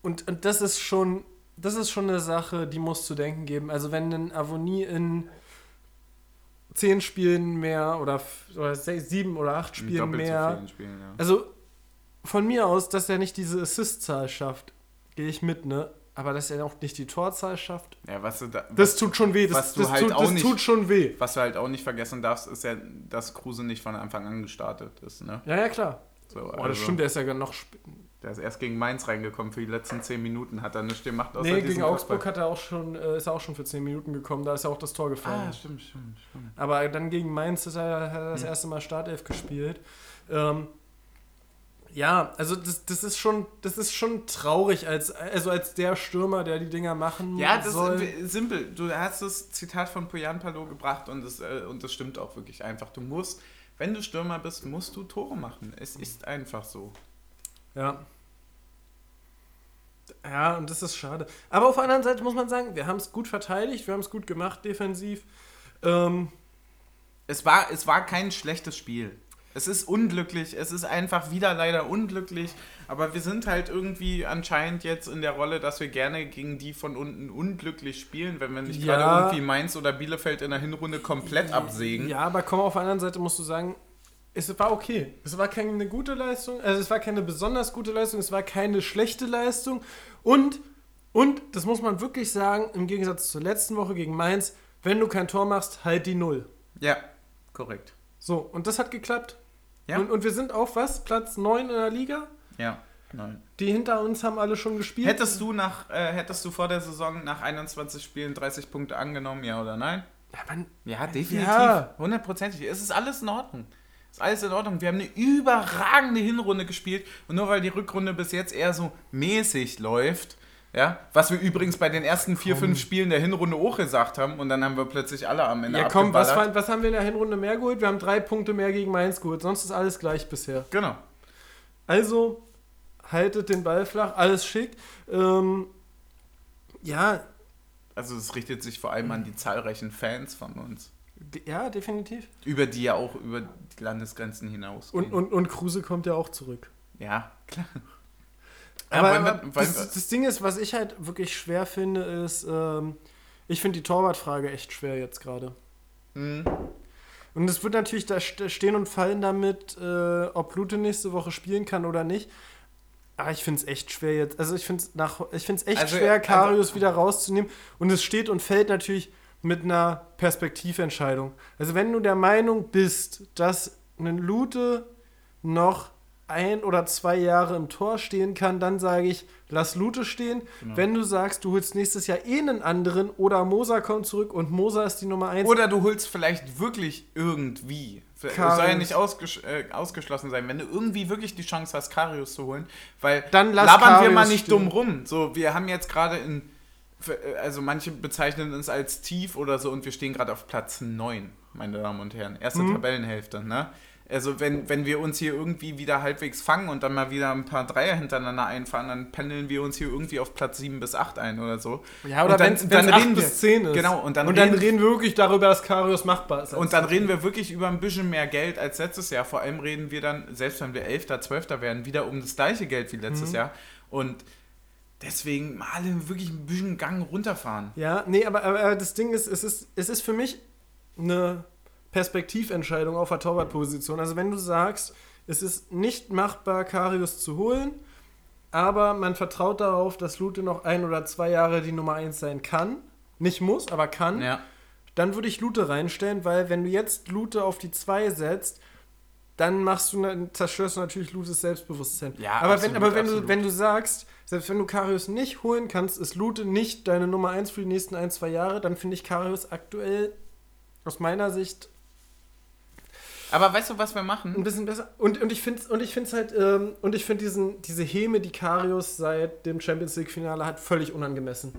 Speaker 2: Und, und das ist schon, das ist schon eine Sache, die muss zu denken geben. Also wenn ein Avonie in zehn Spielen mehr oder, f- oder se- sieben oder acht Spielen
Speaker 1: Doppelt so
Speaker 2: mehr.
Speaker 1: vielen Spielen, ja.
Speaker 2: Also von mir aus, dass er nicht diese Assist-Zahl schafft, gehe ich mit, ne? Aber dass er auch nicht die Torzahl schafft,
Speaker 1: ja was, du da,
Speaker 2: das tut schon weh. Das,
Speaker 1: Was du
Speaker 2: das,
Speaker 1: halt
Speaker 2: tut,
Speaker 1: auch
Speaker 2: das
Speaker 1: nicht-
Speaker 2: tut schon weh.
Speaker 1: was du halt auch nicht vergessen darfst, ist ja, dass Kruse nicht von Anfang an gestartet ist. Ne?
Speaker 2: Ja, ja, klar.
Speaker 1: So, also
Speaker 2: Boah, Oh, das stimmt, er ist ja gar noch. sp-
Speaker 1: Der ist erst gegen Mainz reingekommen für die letzten 10 Minuten, hat er nichts gemacht, außer
Speaker 2: Nee,
Speaker 1: diesen
Speaker 2: gegen Augsburg
Speaker 1: Kopfball.
Speaker 2: hat er auch schon, äh, ist er auch schon für 10 Minuten gekommen, da ist ja auch das Tor gefallen.
Speaker 1: Ah, Hm. stimmt, stimmt, stimmt.
Speaker 2: Aber dann gegen Mainz ist er, hat er das erste Mal Startelf gespielt. Ähm, ja, also das, das ist schon, das ist schon traurig, als, also als der Stürmer, der die Dinger machen
Speaker 1: Ja, das
Speaker 2: soll.
Speaker 1: ist simpel. Du hast das Zitat von Poyan Palo gebracht und das, äh, und das stimmt auch wirklich einfach. Du musst, wenn du Stürmer bist, musst du Tore machen. Es ist einfach so.
Speaker 2: ja. Ja, und das ist schade. Aber auf der anderen Seite muss man sagen, wir haben es gut verteidigt, wir haben es gut gemacht defensiv. Ähm,
Speaker 1: Es war, es war kein schlechtes Spiel. Es ist unglücklich, es ist einfach wieder leider unglücklich, aber wir sind halt irgendwie anscheinend jetzt in der Rolle, dass wir gerne gegen die von unten unglücklich spielen, wenn wir nicht
Speaker 2: Ja.
Speaker 1: gerade irgendwie Mainz oder Bielefeld in der Hinrunde komplett absägen.
Speaker 2: Ja, aber komm, auf der anderen Seite musst du sagen, es war okay. Es war keine gute Leistung, also es war keine besonders gute Leistung, es war keine schlechte Leistung. Und, und, das muss man wirklich sagen, im Gegensatz zur letzten Woche gegen Mainz, wenn du kein Tor machst, halt die Null.
Speaker 1: Ja, korrekt.
Speaker 2: So, und das hat geklappt.
Speaker 1: Ja.
Speaker 2: Und, und wir sind auf was? Platz 9 in der Liga?
Speaker 1: Ja, nein.
Speaker 2: Die hinter uns haben alle schon gespielt.
Speaker 1: Hättest du nach, äh, hättest du vor der Saison nach 21 Spielen 30 Punkte angenommen, ja oder nein?
Speaker 2: Ja, Mann,
Speaker 1: Ja, definitiv.
Speaker 2: Ja.
Speaker 1: Hundertprozentig. Es ist alles in Ordnung. Es ist alles in Ordnung. Wir haben eine überragende Hinrunde gespielt und nur weil die Rückrunde bis jetzt eher so mäßig läuft, ja, was wir übrigens bei den ersten vier, fünf Spielen der Hinrunde auch gesagt haben und dann haben wir plötzlich alle am Ende
Speaker 2: ja komm, was,
Speaker 1: abgeballert.
Speaker 2: war- was haben wir in der Hinrunde mehr geholt? Wir haben drei Punkte mehr gegen Mainz geholt, sonst ist alles gleich bisher.
Speaker 1: Genau.
Speaker 2: Also haltet den Ball flach, alles schick. Ähm, ja,
Speaker 1: Also es richtet sich vor allem an die zahlreichen Fans von uns,
Speaker 2: de- ja, definitiv.
Speaker 1: über die ja auch über die Landesgrenzen hinaus.
Speaker 2: Und, und, und Kruse kommt ja auch zurück.
Speaker 1: ja, klar.
Speaker 2: Aber,
Speaker 1: wollen wir-
Speaker 2: aber
Speaker 1: wollen wir-
Speaker 2: das, das Ding ist, was ich halt wirklich schwer finde, ist, ähm, ich finde die Torwartfrage echt schwer jetzt gerade.
Speaker 1: Mhm.
Speaker 2: Und es wird natürlich da st- stehen und fallen damit, äh, ob Lute nächste Woche spielen kann oder nicht. Aber ich finde es echt schwer jetzt. Also ich finde es echt
Speaker 1: Also,
Speaker 2: schwer,
Speaker 1: also-
Speaker 2: Karius wieder rauszunehmen. Und es steht und fällt natürlich mit einer Perspektiventscheidung. Also wenn du der Meinung bist, dass ein Lute noch ein oder zwei Jahre im Tor stehen kann, dann sage ich, lass Lute stehen. Wenn du sagst, du holst nächstes Jahr eh einen anderen oder Moser kommt zurück und Moser ist die Nummer eins.
Speaker 1: Oder du holst vielleicht wirklich irgendwie. Es
Speaker 2: Karius.
Speaker 1: soll ja nicht ausgesch äh, ausgeschlossen sein, wenn du irgendwie wirklich die Chance hast, Karius zu holen, weil
Speaker 2: Dann lass
Speaker 1: labern wir
Speaker 2: Karius
Speaker 1: mal nicht
Speaker 2: stehen.
Speaker 1: dumm rum. So, wir haben jetzt gerade in, für- äh, also manche bezeichnen uns als tief oder so und wir stehen gerade auf Platz 9, meine Damen und Herren. Erste
Speaker 2: Mhm.
Speaker 1: Tabellenhälfte, ne? Also wenn, wenn wir uns hier irgendwie wieder halbwegs fangen und dann mal wieder ein paar Dreier hintereinander einfahren, dann pendeln wir uns hier irgendwie auf Platz 7 bis 8 ein oder so.
Speaker 2: Ja, oder
Speaker 1: Und
Speaker 2: wenn
Speaker 1: dann-
Speaker 2: es
Speaker 1: dann
Speaker 2: 8
Speaker 1: reden wir-
Speaker 2: bis 10 ist.
Speaker 1: Genau, und dann
Speaker 2: und dann
Speaker 1: reden-
Speaker 2: reden wir wirklich darüber, dass Karius machbar ist.
Speaker 1: Und dann reden wir wirklich über ein bisschen mehr Geld als letztes Jahr. Vor allem reden wir dann, selbst wenn wir Elfter, Zwölfter werden, wieder um das gleiche Geld wie letztes Jahr. Und deswegen mal wirklich ein bisschen Gang runterfahren.
Speaker 2: Ja, nee, aber, aber aber das Ding ist es, ist, es ist für mich eine Perspektiventscheidung auf der Torwartposition. Also wenn du sagst, es ist nicht machbar, Karius zu holen, aber man vertraut darauf, dass Lute noch ein oder zwei Jahre die Nummer 1 sein kann, nicht muss, aber kann,
Speaker 1: Ja.
Speaker 2: dann würde ich Lute reinstellen, weil wenn du jetzt Lute auf die 2 setzt, dann machst du, na- zerstörst du natürlich Lutes Selbstbewusstsein.
Speaker 1: Ja,
Speaker 2: aber
Speaker 1: absolut,
Speaker 2: wenn, aber wenn, du,
Speaker 1: absolut.
Speaker 2: wenn du sagst, selbst wenn du Karius nicht holen kannst, ist Lute nicht deine Nummer 1 für die nächsten ein, zwei Jahre, dann finde ich Karius aktuell aus meiner Sicht
Speaker 1: Aber weißt du, was wir
Speaker 2: ein
Speaker 1: machen?
Speaker 2: bisschen besser. Und, und ich finde und ich find's halt, ähm, und ich finde diesen, diese Häme, die Karius seit dem Champions League-Finale hat, völlig unangemessen.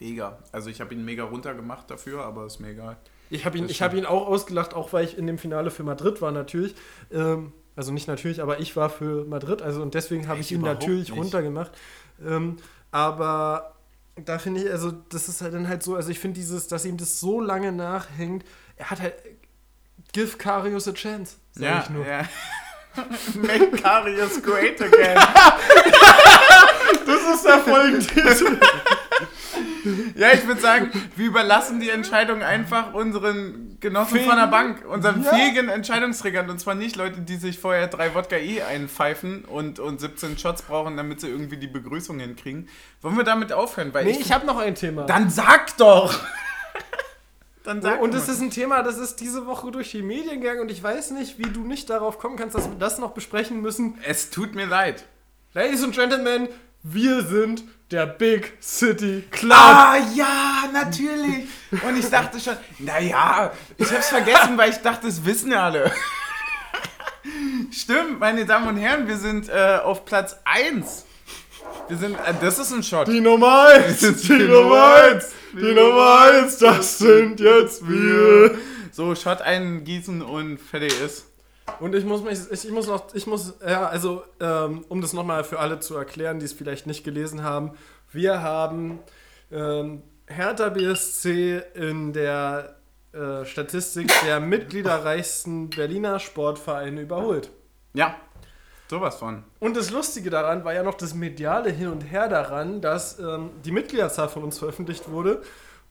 Speaker 1: Mega. Also ich habe ihn mega runtergemacht dafür, aber ist mir egal.
Speaker 2: Ich habe ihn,
Speaker 1: Das
Speaker 2: ich hab
Speaker 1: stimmt.
Speaker 2: ihn auch ausgelacht, auch weil ich in dem Finale für Madrid war, natürlich. Ähm, also nicht natürlich, aber ich war für Madrid, also und deswegen habe ich
Speaker 1: Ich
Speaker 2: ihn
Speaker 1: überhaupt
Speaker 2: natürlich
Speaker 1: nicht.
Speaker 2: runtergemacht. Ähm, aber da finde ich, also das ist halt dann halt so, also ich finde dieses, dass ihm das so lange nachhängt, er hat halt, give Karius a chance, sage ich nur.
Speaker 1: ja. Make Karius great again. das Bester Folgentitel. ja, ich würde sagen, wir überlassen die Entscheidung einfach unseren Genossen von der Bank, unseren
Speaker 2: Ja.
Speaker 1: fähigen Entscheidungsträgern. Und zwar nicht Leute, die sich vorher drei Wodka E einpfeifen und, und 17 Shots brauchen, damit sie irgendwie die Begrüßung hinkriegen. Wollen wir damit aufhören? Weil
Speaker 2: Nee,
Speaker 1: ich,
Speaker 2: ich habe noch ein Thema.
Speaker 1: dann sag doch! dann sag
Speaker 2: und es
Speaker 1: mal.
Speaker 2: ist ein Thema, das ist diese Woche durch die Medien gegangen und ich weiß nicht, wie du nicht darauf kommen kannst, dass wir das noch besprechen müssen.
Speaker 1: es tut mir leid.
Speaker 2: Ladies and Gentlemen, wir sind der Big City Club.
Speaker 1: Ah ja, natürlich. Und ich dachte schon, naja, ich hab's vergessen, weil ich dachte, es wissen ja alle. Stimmt, meine Damen und Herren, wir sind äh, auf Platz 1. Wir sind, äh, das ist ein Shot.
Speaker 2: Die Nummer 1, die Nummer 1, die Nummer 1, das sind jetzt wir.
Speaker 1: So, Shot eingießen und fertig ist.
Speaker 2: Und ich muss mich, ich, ich muss noch, ich muss, ja, also, ähm, um das nochmal für alle zu erklären, die es vielleicht nicht gelesen haben, wir haben ähm, Hertha BSC in der äh, Statistik der mitgliederreichsten Berliner Sportvereine überholt.
Speaker 1: Ja, sowas von.
Speaker 2: Und das Lustige daran war ja noch das mediale Hin und Her daran, dass ähm, die Mitgliederzahl von uns veröffentlicht wurde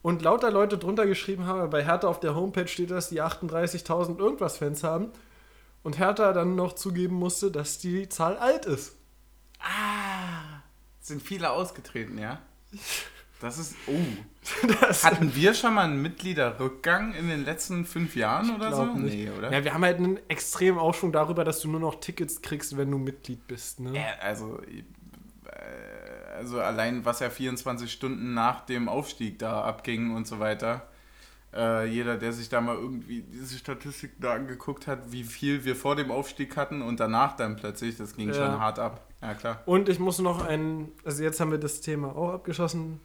Speaker 2: und lauter Leute drunter geschrieben haben, bei Hertha auf der Homepage steht, dass die 38.000 irgendwas Fans haben und Hertha dann noch zugeben musste, dass die Zahl alt ist.
Speaker 1: Sind viele ausgetreten, ja? Das ist, oh.
Speaker 2: Das
Speaker 1: Hatten wir schon mal einen Mitgliederrückgang in den letzten fünf Jahren oder so?
Speaker 2: glaub nicht.
Speaker 1: also Nee, oder?
Speaker 2: Ja, wir haben halt einen extremen Aufschwung darüber, dass du nur noch Tickets kriegst, wenn du Mitglied bist. Ne?
Speaker 1: Ja, also, ich- äh, also allein was ja 24 Stunden nach dem Aufstieg da abging und so weiter. Äh, jeder, der sich da mal irgendwie diese Statistiken da angeguckt hat, wie viel wir vor dem Aufstieg hatten und danach dann plötzlich, das ging
Speaker 2: Ja.
Speaker 1: schon hart ab. Ja, klar.
Speaker 2: Und ich muss noch einen, also jetzt haben wir das Thema auch abgeschossen.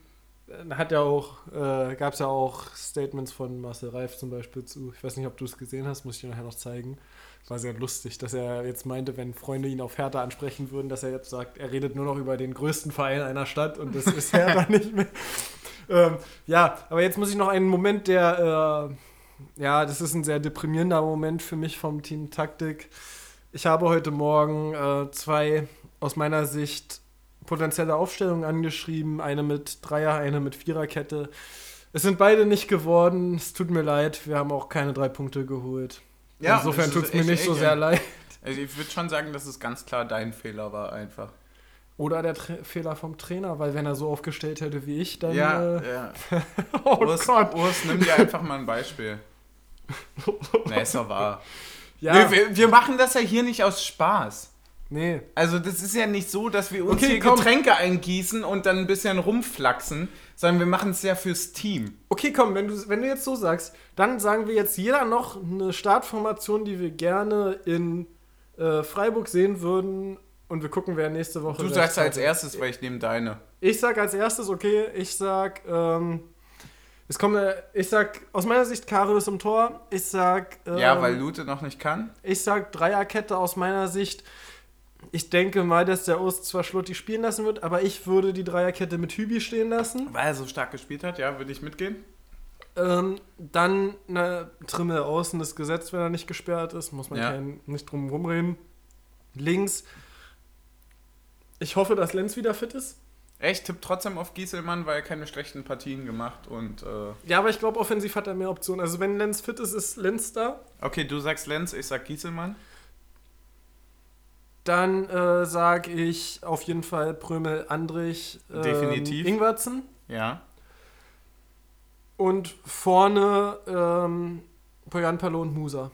Speaker 2: Äh, Hat ja auch, äh, gab es ja auch Statements von Marcel Reif zum Beispiel zu. Ich weiß nicht, ob du es gesehen hast, muss ich dir nachher noch zeigen. War sehr lustig, dass er jetzt meinte, wenn Freunde ihn auf Hertha ansprechen würden, dass er jetzt sagt, er redet nur noch über den größten Verein einer Stadt und das ist Hertha nicht mehr. Ähm, ja, aber jetzt muss ich noch einen Moment, der, äh, ja, das ist ein sehr deprimierender Moment für mich vom Team Taktik. Ich habe heute Morgen äh, zwei aus meiner Sicht potenzielle Aufstellungen angeschrieben. Eine mit Dreier, eine mit Viererkette. Es sind beide nicht geworden. Es tut mir leid. Wir haben auch keine drei Punkte geholt.
Speaker 1: Ja,
Speaker 2: Insofern
Speaker 1: das
Speaker 2: tut
Speaker 1: ist
Speaker 2: es mir
Speaker 1: echt,
Speaker 2: nicht so
Speaker 1: echt,
Speaker 2: sehr
Speaker 1: ja.
Speaker 2: leid.
Speaker 1: Also ich würde schon sagen, dass es ganz klar dein Fehler war einfach.
Speaker 2: Oder der Tra Fehler vom Trainer, weil wenn er so aufgestellt hätte wie ich, dann.
Speaker 1: ja,
Speaker 2: äh,
Speaker 1: ja.
Speaker 2: oh
Speaker 1: Urs,
Speaker 2: Gott.
Speaker 1: Urs, nimm dir einfach mal ein Beispiel. Nee, ist doch wahr.
Speaker 2: Ja,
Speaker 1: Nee, wir, wir machen das ja hier nicht aus Spaß.
Speaker 2: nee.
Speaker 1: Also das ist ja nicht so, dass wir uns
Speaker 2: Okay,
Speaker 1: hier
Speaker 2: komm.
Speaker 1: Getränke eingießen und dann ein bisschen rumflaxen, sondern wir machen es ja fürs Team.
Speaker 2: Okay, komm, wenn du, wenn du jetzt so sagst, dann sagen wir jetzt jeder noch eine Startformation, die wir gerne in äh, Freiburg sehen würden. Und wir gucken, wer nächste Woche.
Speaker 1: Du
Speaker 2: recht
Speaker 1: sagst halt als
Speaker 2: hatte.
Speaker 1: erstes, weil ich nehme deine.
Speaker 2: Ich sag als erstes, okay, ich sag, ähm, es kommt, äh, ich sag, aus meiner Sicht Karius im Tor. Ich sag, ähm,
Speaker 1: Ja, weil Lute noch nicht kann.
Speaker 2: ich sag Dreierkette aus meiner Sicht. Ich denke mal, dass der Ost zwar Schlutti spielen lassen wird, aber ich würde die Dreierkette mit Hübi stehen lassen.
Speaker 1: Weil er so stark gespielt hat, ja, würde ich mitgehen.
Speaker 2: Ähm, dann eine Trimmel außen das Gesetz, wenn er nicht gesperrt ist, muss man
Speaker 1: Ja.
Speaker 2: kein, nicht drum rumreden. Links. Ich hoffe, dass Lenz wieder fit ist.
Speaker 1: Echt, tipp trotzdem auf Gieselmann, weil er keine schlechten Partien gemacht und äh,
Speaker 2: Ja, aber ich glaube, offensiv hat er mehr Optionen. Also wenn Lenz fit ist, ist Lenz da.
Speaker 1: Okay, du sagst Lenz, ich sag Gieselmann.
Speaker 2: Dann äh, sag ich auf jeden Fall Prömel Andrich ähm,
Speaker 1: Definitiv.
Speaker 2: Ingwertsen.
Speaker 1: Ja.
Speaker 2: Und vorne ähm, Poyan Palo und Musa.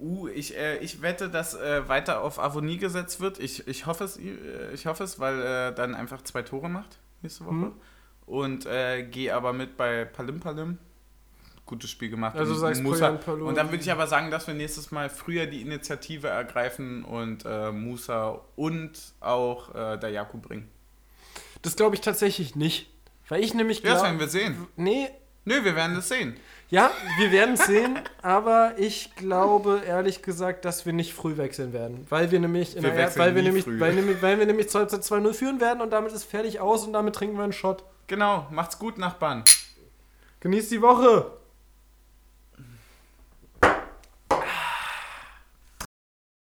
Speaker 1: Uh, ich, äh, ich wette, dass äh, weiter auf Avonie gesetzt wird. Ich, ich, hoffe, es, äh, ich hoffe es, weil äh, dann einfach zwei Tore macht nächste Woche.
Speaker 2: Mhm.
Speaker 1: Und äh, gehe aber mit bei Palim Palim. Gutes Spiel gemacht.
Speaker 2: Also
Speaker 1: Und
Speaker 2: sagst
Speaker 1: Musa.
Speaker 2: Poyan Palo.
Speaker 1: Und dann würde ich aber sagen, dass wir nächstes Mal früher die Initiative ergreifen und äh, Musa und auch äh, Dayaku bringen.
Speaker 2: Das glaube ich tatsächlich nicht. Weil ich nämlich
Speaker 1: Ja, das
Speaker 2: glaub-
Speaker 1: werden wir sehen.
Speaker 2: Nee,
Speaker 1: Nö, wir werden das sehen.
Speaker 2: ja, wir werden es sehen, aber ich glaube ehrlich gesagt, dass wir nicht früh wechseln werden. Weil wir nämlich, in
Speaker 1: Wir
Speaker 2: der Er-
Speaker 1: wechseln
Speaker 2: weil, wir
Speaker 1: nie
Speaker 2: nämlich
Speaker 1: früh.
Speaker 2: weil, nämlich- weil wir nämlich zur Halbzeit 2-0 führen werden und damit ist fertig aus und damit trinken wir einen Shot.
Speaker 1: Genau, macht's gut, Nachbarn.
Speaker 2: Genießt die Woche!